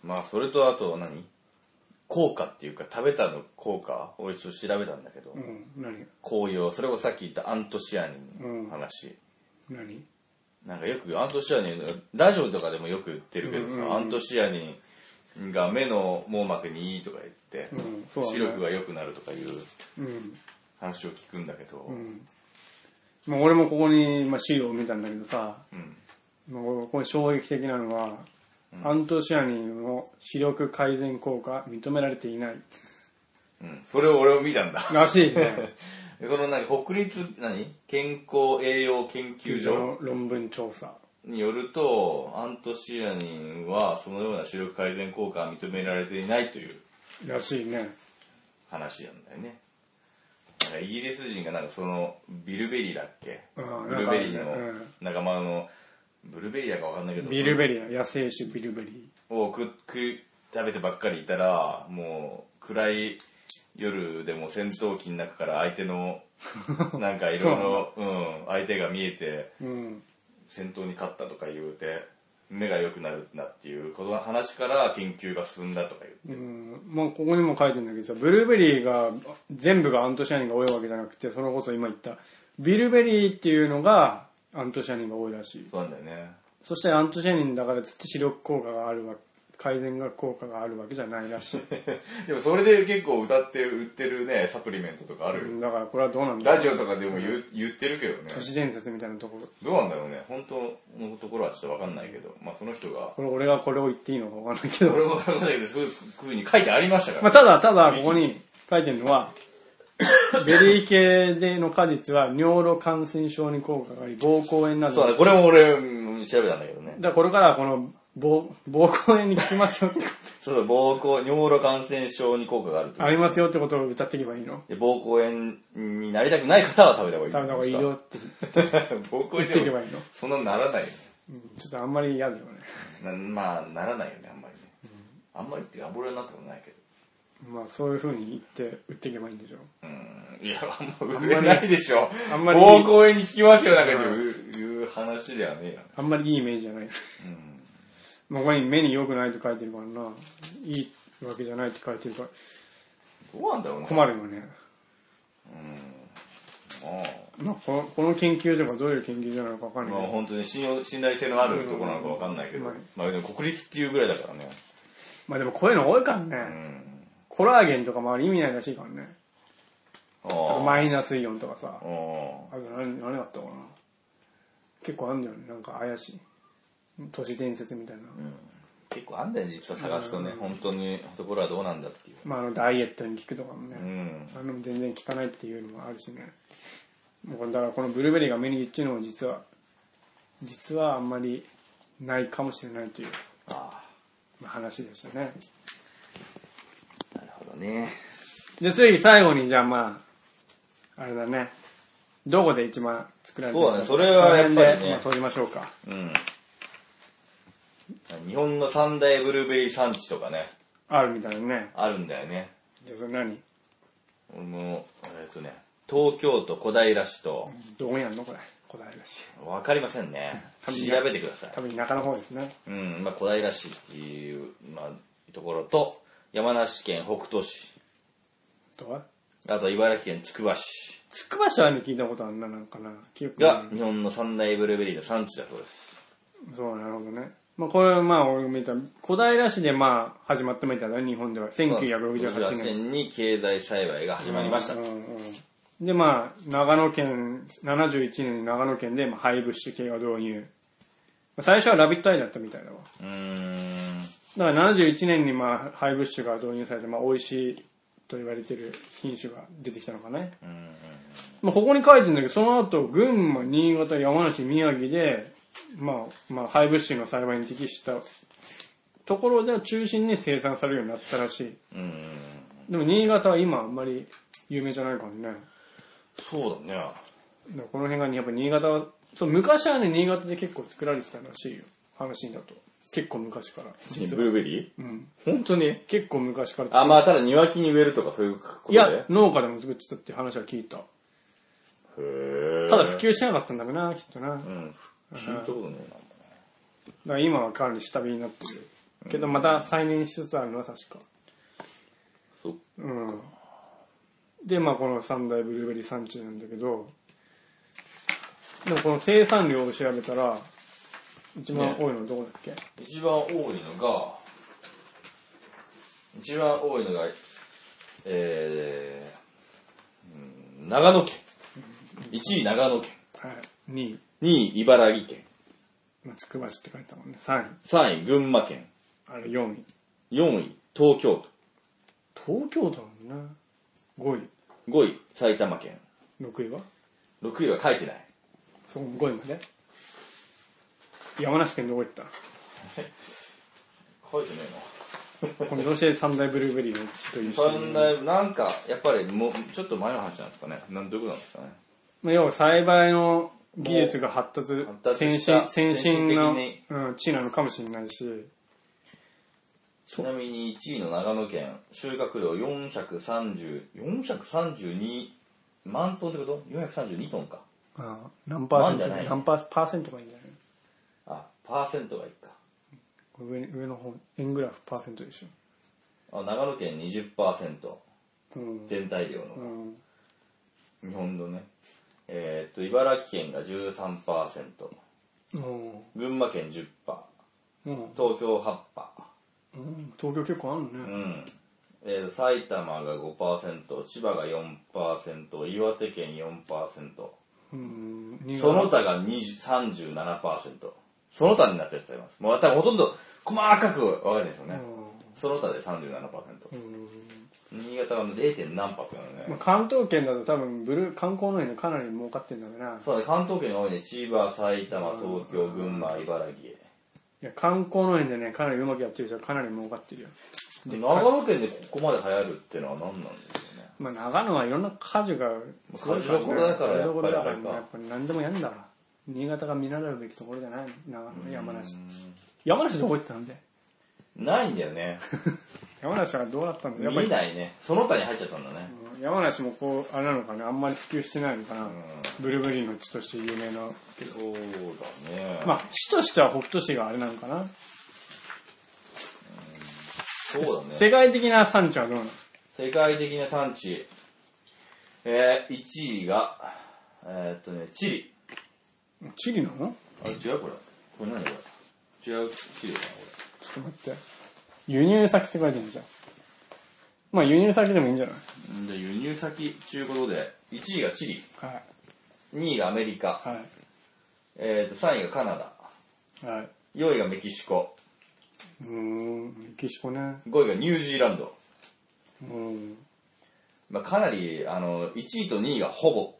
A: まあそれとあと何効果っていうか食べたの効果俺ちょっと調べたんだけど、
B: うん何が
A: 紅葉それこそさっき言ったアントシアニンの話、
B: 何
A: なんかよくアントシアニンラジオとかでもよく言ってるけどさ、アントシアニンが目の網膜にいいとか言って、
B: うんそうだね
A: 視力が良くなるとかいう
B: うん
A: 話を聞くんだけど、
B: まあ、俺もここに、まあ、資料を見たんだけどさ、
A: ん
B: まあ、これ衝撃的なのは、アントシアニンの視力改善効果は認められていない。
A: うんそれを俺を見たんだ
B: らしいね。
A: でこのなんか国立何健康栄養研究所
B: の論文調査。
A: によると、アントシアニンはそのような視力改善効果は認められていないという
B: らしいね。
A: 話なんだよね。なんかイギリス人がなんかそのビルベリーだっけ
B: あー
A: ブルーベリー
B: なんかねう
A: の
B: ん
A: 仲間の、ブルーベリーだかわかんないけど、
B: ビルベリー、野生種ビルベリ
A: を食食食べてばっかりいたら、もう暗い夜でも戦闘機の中から相 手の、なんかいろいろ、うん、相手が見えて、
B: ー。うん。
A: 戦闘に勝ったとか言うて目が良くなるなっていうこの話から研究が進んだとか
B: う
A: 言う、
B: ん、まあ、ここにも書いてるんだけどさ、ブルーベリーが、全部がアントシアニンが多いわけじゃなくて、それこそ今言った、ビルベリーっていうのが、アントシアニンが多いらしい。
A: そうなんだよね
B: そしてアントシアニンだからつって視力効果があるわ改善が効果があるわけじゃないらしい。
A: でもそれで結構歌って売ってるねサプリメントとかあるよ、
B: だからこれはどうなんだろ
A: ラ
B: う
A: ジオとかでも言う言ってるけどね
B: 都市伝説みたいなところ。
A: どうなんだろうね本当のところはちょっとわかんないけどまあその人が
B: これ俺がこれを言っていいのかわかんないけど。
A: 俺もわかんないけどそういうふうに書いてありましたから、
B: まあ、ただただここに書いてるの は、ベリー系での果実は尿路感染症に効果があり、膀胱炎など。
A: そう
B: だ
A: だこれも俺うん調べたんだけどね
B: からこれからはこの膀膀胱炎に効きますよって こ
A: そうだ膀胱尿路感染症に効果があると
B: と、ありますよってことを歌っていけばいいの
A: で膀胱炎になりたくない方は食べた方がいい
B: 食べた方がいいよって
A: 膀胱
B: 言ってい
A: 炎
B: け
A: で
B: ば
A: も
B: いいの。
A: そんなのならないよね
B: うんちょっとあんまり嫌だよね。
A: なまあならないよねあんまりね、あんまりっていうかアボレになったことないけど
B: まあそういう風に言って、売っていけばいいんでしょ
A: うんいやあんま売れないでしょ
B: あんまり
A: 膀胱炎に聞きますよなんかいう,、いう話ではねえよね
B: あんまりいいイメージじゃない。まあ、ここに目に良くないって書いてるからな。いいわけじゃないって書いてるから、
A: どうなんだろうね。
B: 困
A: る。
B: るよね。
A: ま
B: まあ、このこの研究所がどういう研究所なのかわかん
A: あ、
B: ないけど、
A: 本当に信用信頼性のあるとこなのかわかんないけど、
B: うん
A: まあでも国立っていうぐらいだからね。
B: まあでもこういうの多いからね。
A: うん。
B: コラーゲンとかもある意味ないらしいからね。
A: あ
B: あと
A: あ。
B: マイナスイオンとかさ。
A: うん
B: あと何、何があったかな。結構あんだよね。なんか怪しい。都市伝説みたいな。
A: 結構あんだよね、実は探すとね、本当にところはどうなんだっていう。
B: まああの、ダイエットに効くとかも
A: う
B: ね。
A: ん。
B: あの、全然効かないっていうのもあるしね。もうだからこのブルーベリーが目にいいっていうのも実は、実はあんまりないかもしれないという
A: あ
B: まあ話でしたね。
A: あ、なるほどね。
B: じゃあ次最後にじゃあまあ、あれだね。どこで一番作られてる
A: そうだねそれはやっぱり
B: そ
A: ね
B: の辺でまあ、取りましょうか。
A: うん。日本の三大ブルーベリー産地とかね、
B: あるみたいなね。
A: あるんだよね。
B: じゃあそれ何
A: 俺も、えっとね、東京都小平市と、
B: どこにあるのこれ。小平市。
A: わかりませ んね。
B: 多
A: 調
B: 分ね
A: べてください。
B: 多分田舎の方ですね。
A: うん、まあ、小平市っていう、まあ、ところと、山梨県北杜市、
B: あとは
A: あと茨城県つくば市
B: つくば市はね、聞いたことあるな、なんかな。記憶に
A: が日本の三大ブルーベリーの産地だそうです。
B: そう、なるほどね。まあこれ、まあ俺も見た、小平市でまあ始まってもいたんだね、日本では。1968
A: 1968
B: 年。
A: 年に経済栽培が始まりました
B: うん。うんでまあ、長野県、71年に長野県で、まあ、ハイブッシュ系が導入。まあ最初はラビットアイだったみたいだわ。
A: うーん。
B: だから71年にまあ、ハイブッシュが導入されて、まあ、美味しいと言われてる品種が出てきたのかね。まあ、ここに書いてるんだけど、その後、群馬、新潟、山梨、宮城で、まあ、まあ、ハイブッシュの栽培に適したところでは中心に生産されるようになったらしい。
A: うん。
B: でも、新潟は今あんまり有名じゃないからね。
A: そうだね。
B: だからこの辺がねやっぱ新潟は、そう、昔はね、新潟で結構作られてたらしいよ。話だと。結構昔から。
A: ブルーベリー
B: うん。
A: 本当に
B: 結構昔から
A: あ、まあ、ただ庭木に植えるとかそういうこと
B: い
A: で
B: や、農家でも作ってたっていう話は聞いた。
A: へ
B: ただ普
A: き
B: 及してなかったんだろうな、きっとな。だ
A: う
B: か
A: ん。聞いたことないな。
B: ら今はかなり下火になってる。けどまた再燃しつつあるのは確か。
A: そっ
B: うん。で、まあこの三大ブルーベリー産地なんだけど、でもこの生産量を調べたら、一番多いのどこだっけ、
A: 一番多いのが、一番多いのが、えー、うん長野県。1位長野県。
B: はい。2位、
A: 2位茨城県。
B: まあ、つくば市って書いてたもんね。3位、
A: 3位群馬県。
B: あれ4位。
A: 4位東京
B: 東京都なんだな。5位、
A: 都。5位埼玉県。
B: 6位は
A: 6位は書いてない。
B: そこ5位まで山梨県どこ行った
A: 書いてね
B: 今年で三大ブルーベリーのうちという
A: えな。そんな、なんか、やっぱりもう、ちょっと前の話なんですかね。なんどういうことなんですかね。
B: まあ要は栽培の技術が発達
A: 発、達
B: 先
A: し
B: 進、
A: た
B: 先進の
A: 先進、
B: うん、地なのかもしれないし、
A: ちなみに1位の長野県、収穫量430、432万トンってこと ?432 トンか。
B: あ何パーセン
A: なんじゃ
B: ト
A: ない
B: 何パーパーセントがいいんじゃない
A: あ、パーセントがいいか。
B: 上に上の方、円グラフパーセントでし
A: あ長野県20%、
B: ょ。うん。
A: 全体量の
B: う。ん、
A: 日本のね。えーっと、茨城県が13%、
B: うん
A: 群馬県10%、
B: うん
A: 東京8%、
B: うん東京結構あるね。
A: うん。えー、埼玉が5%、千葉が4%、岩手県4%、
B: うん、新
A: そ
B: 潟
A: の他が20 37%。その他になっちゃってます。もう、多分ほとんど細かく分かんないですよね。その他で37%。
B: うん
A: 新潟は 0. 何泊なのね。
B: まあ、関東圏だと多分ブルー、観光農園でかなり儲かってんだろうな。
A: そうだね、関東圏が多いね。千葉、埼玉、東京、群馬、茨城。
B: いや、観光農園でね、かなりうまくやってる人はかなり儲かってるよ。
A: 長野県でここまで流行るってのは何なんですよね。
B: まあ、長野はいろんな果樹がすごい
A: 果樹どころだから
B: 果樹どころだから
A: やっぱりあれ
B: ね
A: か
B: やっぱり何でもやんだから新潟が見習うべきところじゃないの長野山梨山梨どこ行ってたんで
A: ないんだよね。
B: 山梨はどうだったんだやっぱ
A: 見
B: り
A: ないね。その他に入っちゃったんだね。
B: 山梨もこうあれなのかなあんまり普及してないのかなブルーベリーの地として有名な
A: そうだね。
B: まあ市としては北杜市があれなのかな
A: そうだね。
B: 世界的な産地はどうなの
A: 世界的な産地、えー、1位が、えー、っとね、チリ。
B: チリなの
A: あれ違うこれ。これ何これ。違うチリだな、こ
B: ちょっと待って。輸入先って書いてあるじゃん。まあ輸入先でもいいんじゃない
A: れ。んで、輸入先ちゅうことで、1位がチリ、
B: はい。
A: 2位がアメリカ、
B: は
A: えー、っと、3位がカナダ、
B: い。はい。
A: 4位がメキシコ、
B: うーん、メキシコね。
A: 5位がニュージーランド。
B: うーん。
A: まあ、かなり、あの、1位と2位がほぼ、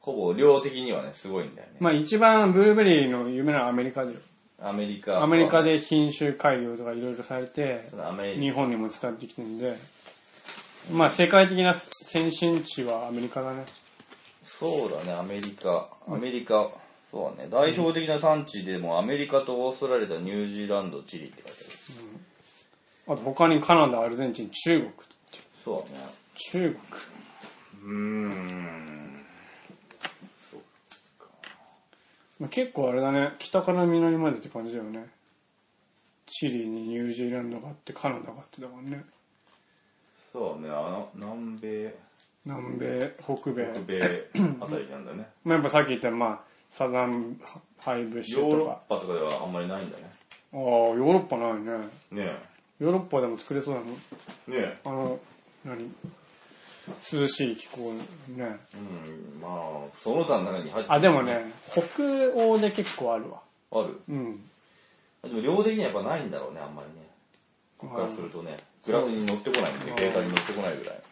A: ほぼ量的にはね、すごいんだよね。
B: まあ一番ブルーベリーの有名なのはアメリカだよ。
A: アメリカ。
B: アメリカ
A: で。
B: で品種改良とかいろいろされて、
A: アメリ
B: 日本にも伝わってきてるんで、まあ世界的な先進地はアメリカだね。
A: そうだね、アメリカ。アメリカ。そうだね。代表的な産地でもアメリカとオーストラリアとニュージーランド、チリって書いてあ
B: あと
A: る。
B: 他にカナダ、アルゼンチン、中国。
A: そうだね。
B: 中国。
A: うーん。
B: まあ、結構あれだね、北から南までって感じだよね。チリにニュージーランドがあって、カナダがあってだもんね。
A: そうだね、あの、南米、
B: 南米、北米。
A: 北 米あたりなんだね。
B: まあ、やっぱさっき言った、まあ、サザンハイブッシュ
A: ヨー
B: と
A: ロッ
B: か。
A: パとかではあんまりないんだね。
B: ああ、ヨーロッパないね。
A: ね
B: ヨーロッパでも作れそうだもん。
A: え。ねえ。
B: あの、何涼しい気候ね。
A: うん、まあ、その他の中に入って
B: あ、でも。ね、北欧で結構あるわ。
A: ある。
B: うん。
A: でも量的にはやっぱないんだろうね、あんまりね。こっからするとね、グラフに乗ってこないんで、データに乗ってこないぐらい。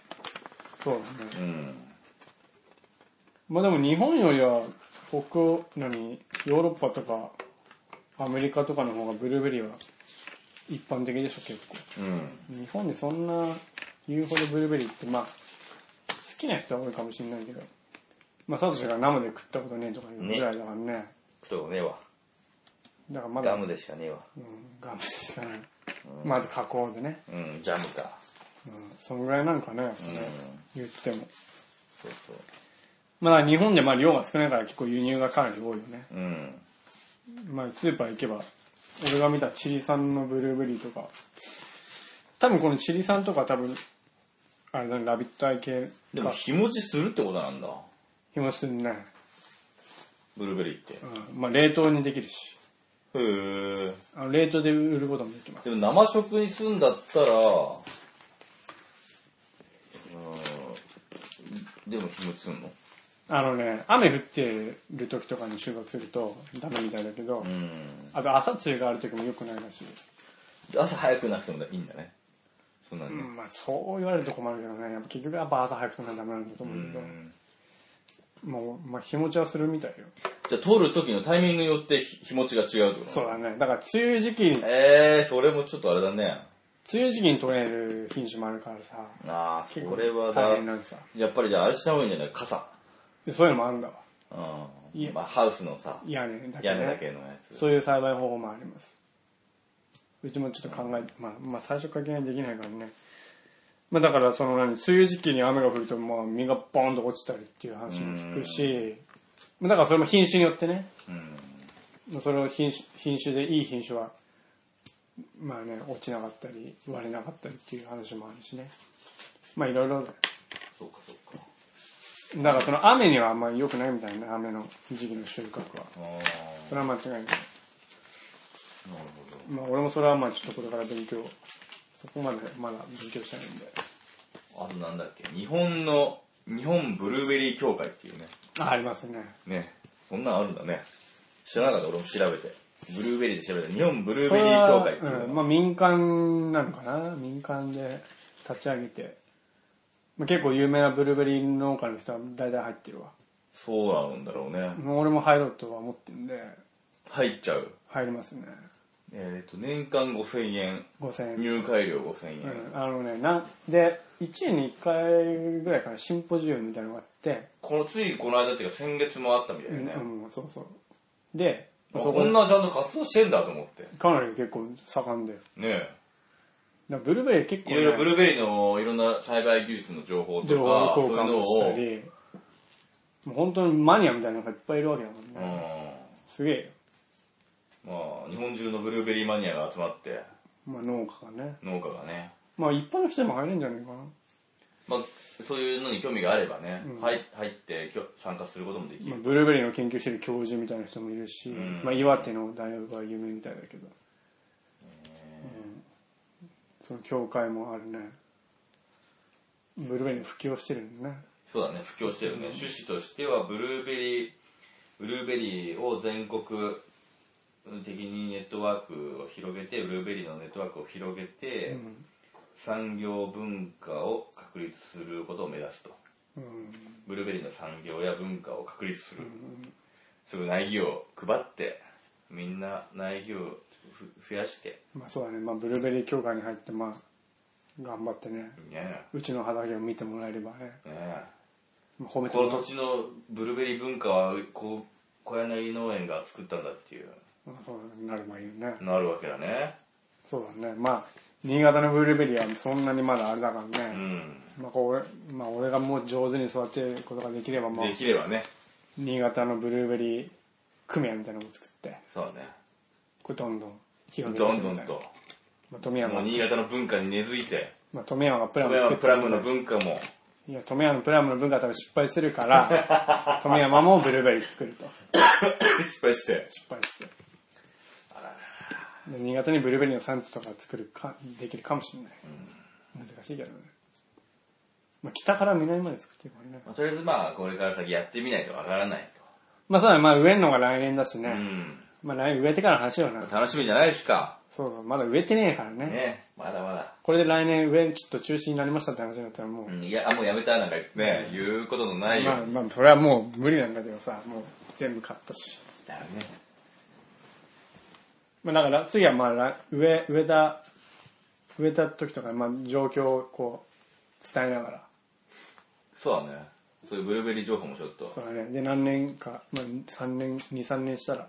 B: そうだね。
A: うん。
B: まあでも日本よりは北欧、何、ヨーロッパとかアメリカとかの方がブルーベリーは一般的でしょ結構。
A: うん。
B: 日本でそんな言うほどブルーベリーってまあ好きな人は多いかもしれないけど、まあサトシが生で食ったことねえとかいうぐらいだからね。
A: 食ったことねえわ。
B: だからまだ、
A: ガ
B: うん、
A: ムでしかねえわ。
B: ガムしかない。まず加工でね。
A: うん、ジャムか。
B: うん、そのぐらいなんかね、
A: うん。
B: 言っても。
A: そうそう。
B: まあだから日本でまあ量が少ないから結構輸入がかなり多いよね。
A: うん。
B: まあ、スーパー行けば、俺が見たチリ産のブルーベリーとか、多分このチリ産とか多分、あれだね、ラビットアイ系
A: で
B: が
A: も日持ちするってことなんだ。
B: 日もするね。
A: ブルーベリーって。へ
B: うん。まあ、冷凍にできるし、
A: え。
B: あの冷凍で売ることもできます。
A: でも生食にするんだったら、うん。でも日持ちすんの
B: あのね、雨降ってる時とかに収穫するとダメみたいだけど、
A: うん。
B: あと朝露がある時も良くないらしい。
A: 朝早くなくてもいいんだね。そんな
B: う
A: にね。
B: ん、まあ、そう言われると困るけどね、やっぱ結局やっぱ朝早くとかダメなんだと思
A: う
B: うけど、
A: ん。
B: もう、まあ、日持ちはするみたいよ。
A: じゃあ取る時のタイミングによって日日持ちが違うってこと
B: そうだね。だから、梅雨時期に
A: えー、それもちょっとあれだね。
B: 梅雨時期に取れる品種もあるからさ、
A: ああ、
B: 結
A: そ
B: 構
A: れは
B: 大
A: だ。
B: 変なんでさ。
A: やっぱりじゃああれした方がいいんじゃない傘。
B: で、そういうのもあるんだわ。
A: う
B: いえ
A: ん。まあハウスのさ、
B: 屋根だけ、
A: 屋
B: ね。
A: 根だけのやつ。
B: そういう栽培方法もあります。うちもちょっと考えて、まあ、まあ、最初からできないからね。まあ、だから、その何、梅雨時期に雨が降ると、まあ、実がボーンと落ちたりっていう話も聞くし、まあ、だからそれも品種によってね、
A: うん。
B: まあそれを品種品種でいい品種は、まあね、落ちなかったり、割れなかったりっていう話もあるしね。まあ、いろいろだよ
A: そうかそうか。
B: だからその雨にはあんまり良くないみたいな雨の時期の収穫は
A: ああ、なる
B: それは間違いない
A: ほど。
B: まあ俺もそれはまあちょっとこれから勉強そこまでまだ勉強してないんで
A: あとなんだっけ、日本の、日本ブルーベリー協会っていうね。
B: あありますね
A: ね。そんなんあるんだね。知らなかった、俺も調べて。ブルーベリーで調べた。日本ブルー
B: そ
A: ベ
B: れ
A: リー協
B: は、
A: 会っていうのが、
B: うん、まあ民間なのかな民間で立ち上げて、まあ、結構有名なブルーベリー農家の人は大体入ってるわ
A: そうなんだろうね。
B: もう俺も入ろうとは思ってるんで
A: 入っちゃう。
B: 入りますね
A: えっ、と、年間5000円。
B: 5000円
A: 入会料5000円。
B: うん、あのねなんで1年に1回ぐらいからシンポジウムみたいなのがあって
A: このついこの間っていうか先月もあったみたいなね、
B: うん、そうそう。で、
A: あ
B: そ
A: こ
B: こ
A: んなちゃんと活動してんだと思ってね
B: かなり結構盛んで。だか
A: え
B: らブルーベリー結構、
A: い
B: ね、
A: ろいろブルーベリーのいろんな栽培技術の情報と
B: 情
A: か
B: 報
A: そう
B: 交
A: いう
B: 換
A: の
B: をした
A: を
B: り、もう本当にマニアみたいなのがいっぱいいるわけだもん
A: う
B: ね。
A: ん
B: すげえよ。
A: まあ日本中のブルーベリーマニアが集まって
B: まあ農家がね。
A: 農家がね。
B: まあ一般の人でも入れるんじゃないかな。
A: まあ、そういうのに興味があればね、
B: うん
A: 入入ってきょ参加することもでき
B: まあ、
A: る。
B: ブルーベリーの研究してる教授みたいな人もいるし、
A: ん
B: まあ岩手の大学が有名みたいだけど、その教会もあるね。ブルーベリーの普及をしてるんだね。
A: そうだね、布教してるね。趣旨としては、ブルーベリー、ブルーベリーを全国的にネットワークを広げて、ブルーベリーのネットワークを広げて、産業文化を確立することを目指すと。
B: うん。
A: ブルーベリーの産業や文化を確立する。そういう苗木を配って、みんな苗木をふ増やして、
B: まあそうだね。まあブルーベリー教会に入って、まあ、頑張ってね。
A: ね
B: うちの畑を見てもらえればね。
A: え。ねえ。
B: まあ、褒めて
A: こ
B: も
A: の
B: らう
A: 土。地のブルーベリー文化はこう小柳農園が作ったんだっていう
B: まあそうだねなればいいよね。
A: なるわけだね
B: そうだね。まあ、新潟のブルーベリーはそんなにまだあれだから
A: う
B: ね。
A: ん
B: まあこう、まあ俺がもう上手に育てることができれば、まあ
A: で、きればね
B: 新潟のブルーベリー組合みたいなのも作って、
A: そうね
B: これどんどん
A: ど
B: 広
A: ん
B: げてい
A: ど
B: くみたい
A: ん
B: な
A: と
B: まあ、富山
A: もう、新潟の文化に根付いて
B: まあ、富山がプラ
A: 富
B: ム作
A: 山
B: って
A: プラムの文化も
B: いや、富山のプラムの文化は多分失敗する から、富山もブルーベリー作ると。
A: 失敗して
B: 失敗して。で新潟にブルーベリーの産地とか作るか、できるかもしれない。難しいけどね。まあ、北から南まで作っていくからね。
A: まあとりあえずまあこれから先やってみないとわからない
B: まあそうだね、まあ植えるのが来年だしね。
A: とうん
B: まあ来植えてからの話よな。そう
A: 楽しみじゃないですか
B: そう、まだ植えてねえからね。
A: ねまだまだ
B: これで来年植えちょっと中止になりましたって話になったらもう、
A: うんいやあもうやめたなんか言ってね言うことのないよ
B: まあ
A: うに
B: まあそれはもう無理なんだけどさ、もう全部買ったし。
A: だよね
B: まあだから次はまあら植え、植えた、植えた時とか、まあ状況をこう伝えながら。
A: そうだねそういうブルーベリー情報もちょっと
B: そうだね。で、何年か、まあ、3年、2、3年したら、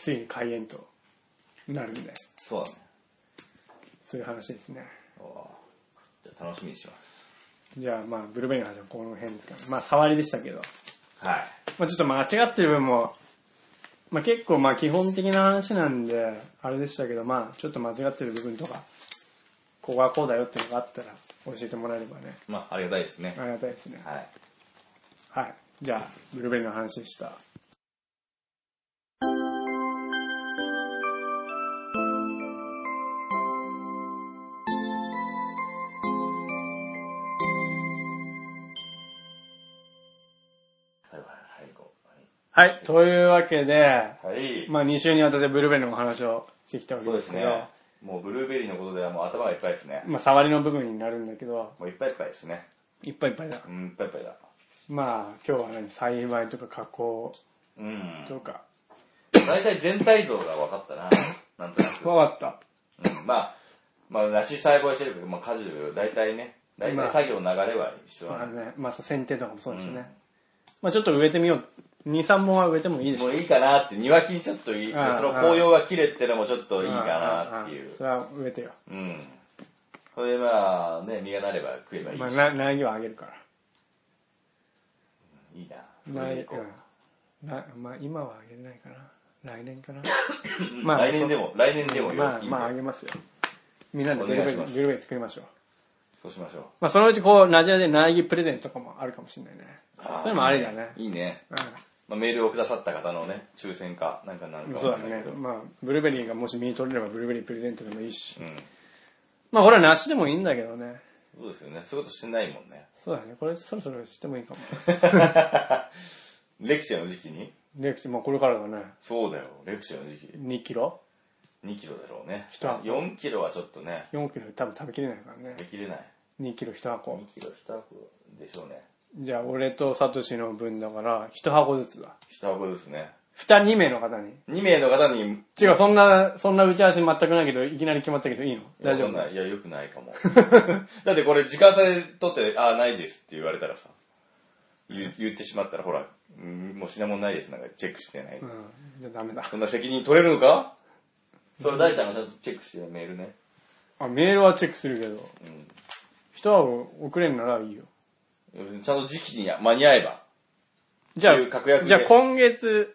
B: ついに開園となるんで、
A: そうだね
B: そういう話ですね。
A: おーじゃあ楽しみにします
B: じゃあ、まあ、ブルーベリーの話はこの辺ですかね。まあ、触りでしたけど。
A: はい。
B: まあ、ちょっと間違ってる部分も、まあ、結構、まあ、基本的な話なんで、あれでしたけど、まあ、ちょっと間違ってる部分とか、ここはこうだよっていうのがあったら、教えてもらえればね、
A: まあ、ありがたいですね。
B: ありがたいですね。
A: はい。
B: はい。じゃあ、ブルーベリーの話でした。
A: はい、はい、こ
B: はい。というわけで、
A: うはい。
B: まあ、2週にわたってブルーベリーのお話をしてきたわけ
A: そう
B: で
A: です
B: すけど、
A: ね。もうブルーベリーのことではもう頭がいっぱいですね。
B: まあ、触りの部分になるんだけど、
A: もういっぱいいっぱいですね。
B: いっぱいいっぱいだ。
A: うん、いっぱいいっぱいだ。
B: まあ、今日は何栽培とか加工
A: うん。
B: とか。
A: 大体全体像が分かったな。なんとな く。
B: わかった。
A: うん、まあ、まあ、梨栽培してるけど、まあ、果樹、大体ね、大体作業の流れは一緒
B: あ
A: な
B: の
A: んで。
B: ね、まあ、そう剪定とかもそうですよね。まあ、ちょっと植えてみよう。2、3本は植えてもいいでし
A: も
B: ょ。
A: ういいかなって、庭木にちょっといい、そ
B: ああ
A: の紅葉が綺麗ってのもちょっといいかなってい
B: んん
A: う。
B: それは植えてよ。
A: うん。それでまあ、ね、実がなれば食えばいいし
B: まあ、な苗木はあげるから。
A: いいな。それ
B: 苗
A: でい
B: 木、
A: こう
B: うんなまあ、今はあげれないかな。来年かな。
A: 来年で
B: も、
A: も、来年でも
B: ま
A: よ
B: あ、、
A: いい
B: まあ、あ
A: ね
B: げますよ。みんなでブルーベリ
A: お願いしま
B: ー、
A: す
B: ブルーベリー作りましょう。
A: そうしましょう。
B: まあ、そのうちこう、ラジオで苗木プレゼントとかもあるかもしれないね。それもありだね。
A: いいね。
B: う
A: まあ、メールをくださった方のね、抽選か、なんかになるか
B: ん、
A: も
B: そうだ
A: しれない
B: ね
A: けど。。
B: まあ、ブルーベリーがもし身に取れればブルーベリープレゼントでもいいし。
A: うん。
B: まあ、これは梨でもいいんだけどね。
A: そうですよね。そういうことしてないもんね。
B: そうだね。これそろそろしてもいいかも。
A: レクチャーの時期に
B: レクチャー、まあこれからだね。
A: そうだよ。レクチャーの時期。
B: 2キロ
A: 2キロだろうね。
B: 一箱
A: 4キロはちょっとね、
B: ?4 キロ多分食べきれないからね
A: で。きれない。
B: 2キロ1箱
A: 2。キロ1箱でしょうね。
B: じゃあ、俺とサトシの分だから、1箱ずつだ。
A: 1箱ですね。
B: 2、2名の方に。
A: 2名の方に、
B: 違う、そんな、そんな打ち合わせ全くないけど、いきなり決まったけどいいの大丈夫
A: わかんないいや、よくないかも。 だってこれ時間差で取って、あ、ないですって言われたらさ、言う言ってしまったら、ほら、うんもう品物ないですなんかチェックしてない。
B: うん。じゃあダメだ。
A: そんな責任取れるのかそれ大ちゃんがちゃんとチェックしてメールね。
B: あ、メールはチェックするけど、
A: うん
B: 1箱送れんならいいよ。
A: 別にちゃんと時期に間に合えば、
B: じゃ
A: という確約
B: あ、
A: で
B: じゃあ今月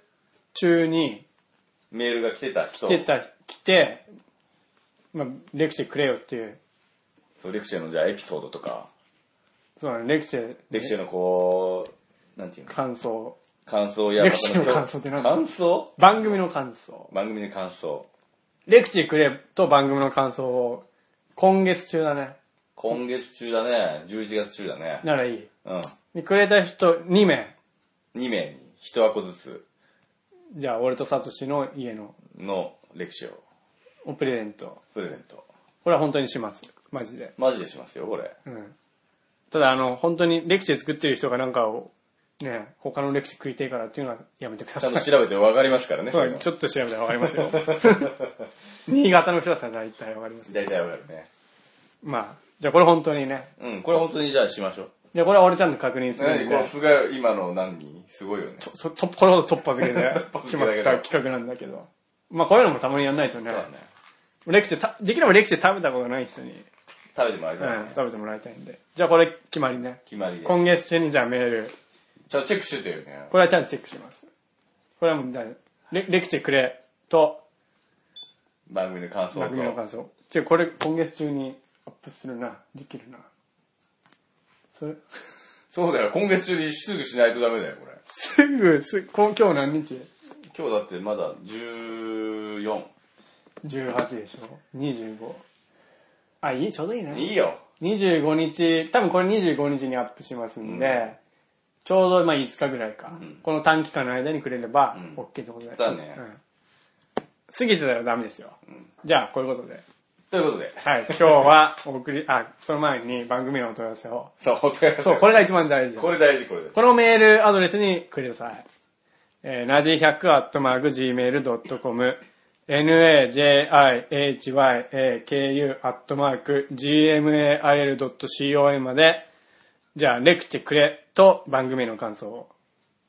B: 中に
A: メールが来てた人。
B: 来てた、来て、まあ、レクチェくれよっていう。
A: そう、レクチェのじゃあエピソードとか、
B: そうだね、レクチェ、
A: レクチェのこう、なんていうの
B: 感想。
A: 感想や、
B: レクチェの感想ってなんだ
A: 感想
B: 番組の感想。
A: 番組の感想。
B: レクチェくれと番組の感想を、今月中だね。
A: 今月中だね。11月中だね。
B: ならいい。
A: うん。
B: でくれた人2名。
A: 2名に1箱ずつ
B: じゃあ、俺とサトシの家の
A: のレクチェを
B: をプレゼント。
A: プレゼント。
B: これは本当にします。マジで。
A: マジでしますよ、これ。
B: うん。ただ、あの、本当にレクチェ作ってる人がなんかを、ね、他のレクチェ食いてえからっていうのはやめてくだ
A: ちゃ
B: さい
A: んと。調べて分かりますからね、
B: そう
A: い
B: だね
A: の
B: ちょっと調べたらわかりますよ。 新潟の人だったら大体わかりますよ。
A: 大体分かるね。
B: まあ、じゃあこれ本当にね。
A: うん、これ本当にじゃあしましょう。
B: じゃあこれは俺ちゃんと確認する
A: 何
B: ん
A: この
B: で。
A: すが今の何人すごいよね。
B: そ とこれほど 突破付けで
A: 突破
B: 決
A: 付
B: ま
A: けだ
B: っ
A: けど
B: た企画なんだけど。まあこういうのもたまにやんないとね
A: そう。だね
B: レクチェた、できればレクチェ食べたことない人に、
A: 食べてもらいたいね
B: うん、食べてもらいたいんで。じゃあこれ決まりね。
A: 決まりで。
B: 今月中にじゃあメール。
A: ちゃんとチェックしてたよね。
B: これはちゃんとチェックします。これはもうじゃあレレクチェくれと、
A: 番組の感想
B: 番組の
A: と。
B: 感想。じゃあこれ今月中にアップするな。できるな。それ、
A: そうだよ、今月中にすぐしないとダメだよ、これ。
B: すぐ、すぐ、今日何日
A: 今日だってまだ14。
B: ?18 でしょ ?25。あ、いい、ちょうどいい
A: い
B: ね。
A: いよ。
B: 25日、多分これ25日にアップしますんで、ちょうどまあ5日ぐらいか、この短期間の間にくれれば
A: ん
B: OK でございます。
A: だね
B: うん過ぎてたらダメですよ。じゃあ、こういうことで。
A: ということで。
B: はい、今日はお送り、あ、その前に番組のお問い合わせを。
A: そう、本当や
B: そう、これが一番大事。
A: これ大事、これ。
B: このメールアドレスにください。えー、なじ1 0 0 g m a i l c o m najihyakaku.gmail.com まで、じゃあ、レクチェくれと番組の感想を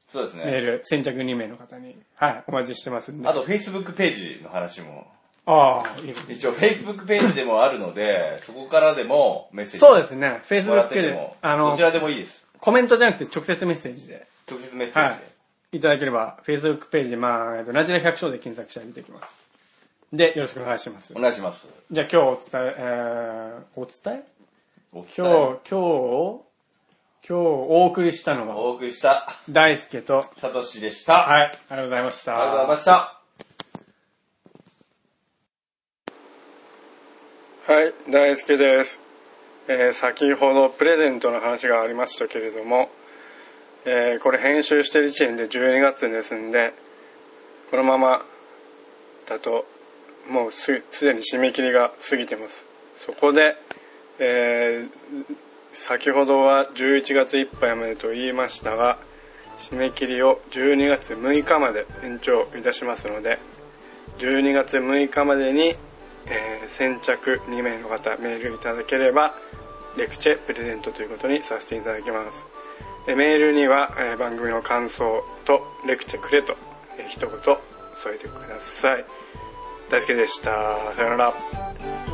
A: そうです
B: メー
A: ね。
B: ル、先着2名の方に、はい、お待ちしてますんで。
A: あと、Facebook ページの話も。
B: ああ、いいですね
A: 一応、Facebook ページでもあるので、そこからでもメッセージ。
B: そうですね、
A: もらっ
B: Facebook
A: てで
B: で
A: も、、
B: あ
A: ど
B: の
A: ち、らでもいいです。
B: コメントじゃなくて直接メッセージで、
A: 直接メッセー
B: は
A: ジで。
B: い。いただければ、Facebook ページ、まあ、えっと、ナジラ百姓で検索したら出てきます。で、よろしくお願いします
A: お。願いします。
B: じゃあ今日お伝え、えー、お伝え
A: お聞き
B: 今日、今日を、今日お送りしたのは、
A: お送りした、
B: 大輔と、
A: さとしでした。
B: はい、ありがとうございました。
A: ありがとうございました。
B: はい、大輔です。えー先ほどプレゼントの話がありましたけれども、えーこれ編集してる時点で12月ですんで、このままだともうすすでに締め切りが過ぎてます。そこで、えー先ほどは11月いっぱいまでと言いましたが、締め切りを12月6日まで延長いたしますので、12月6日までに、えー先着2名の方メールいただければレクチェプレゼントということにさせていただきますえーメールには、えー番組の感想とレクチェくれと、えー一言添えてください大輔でしたさよなら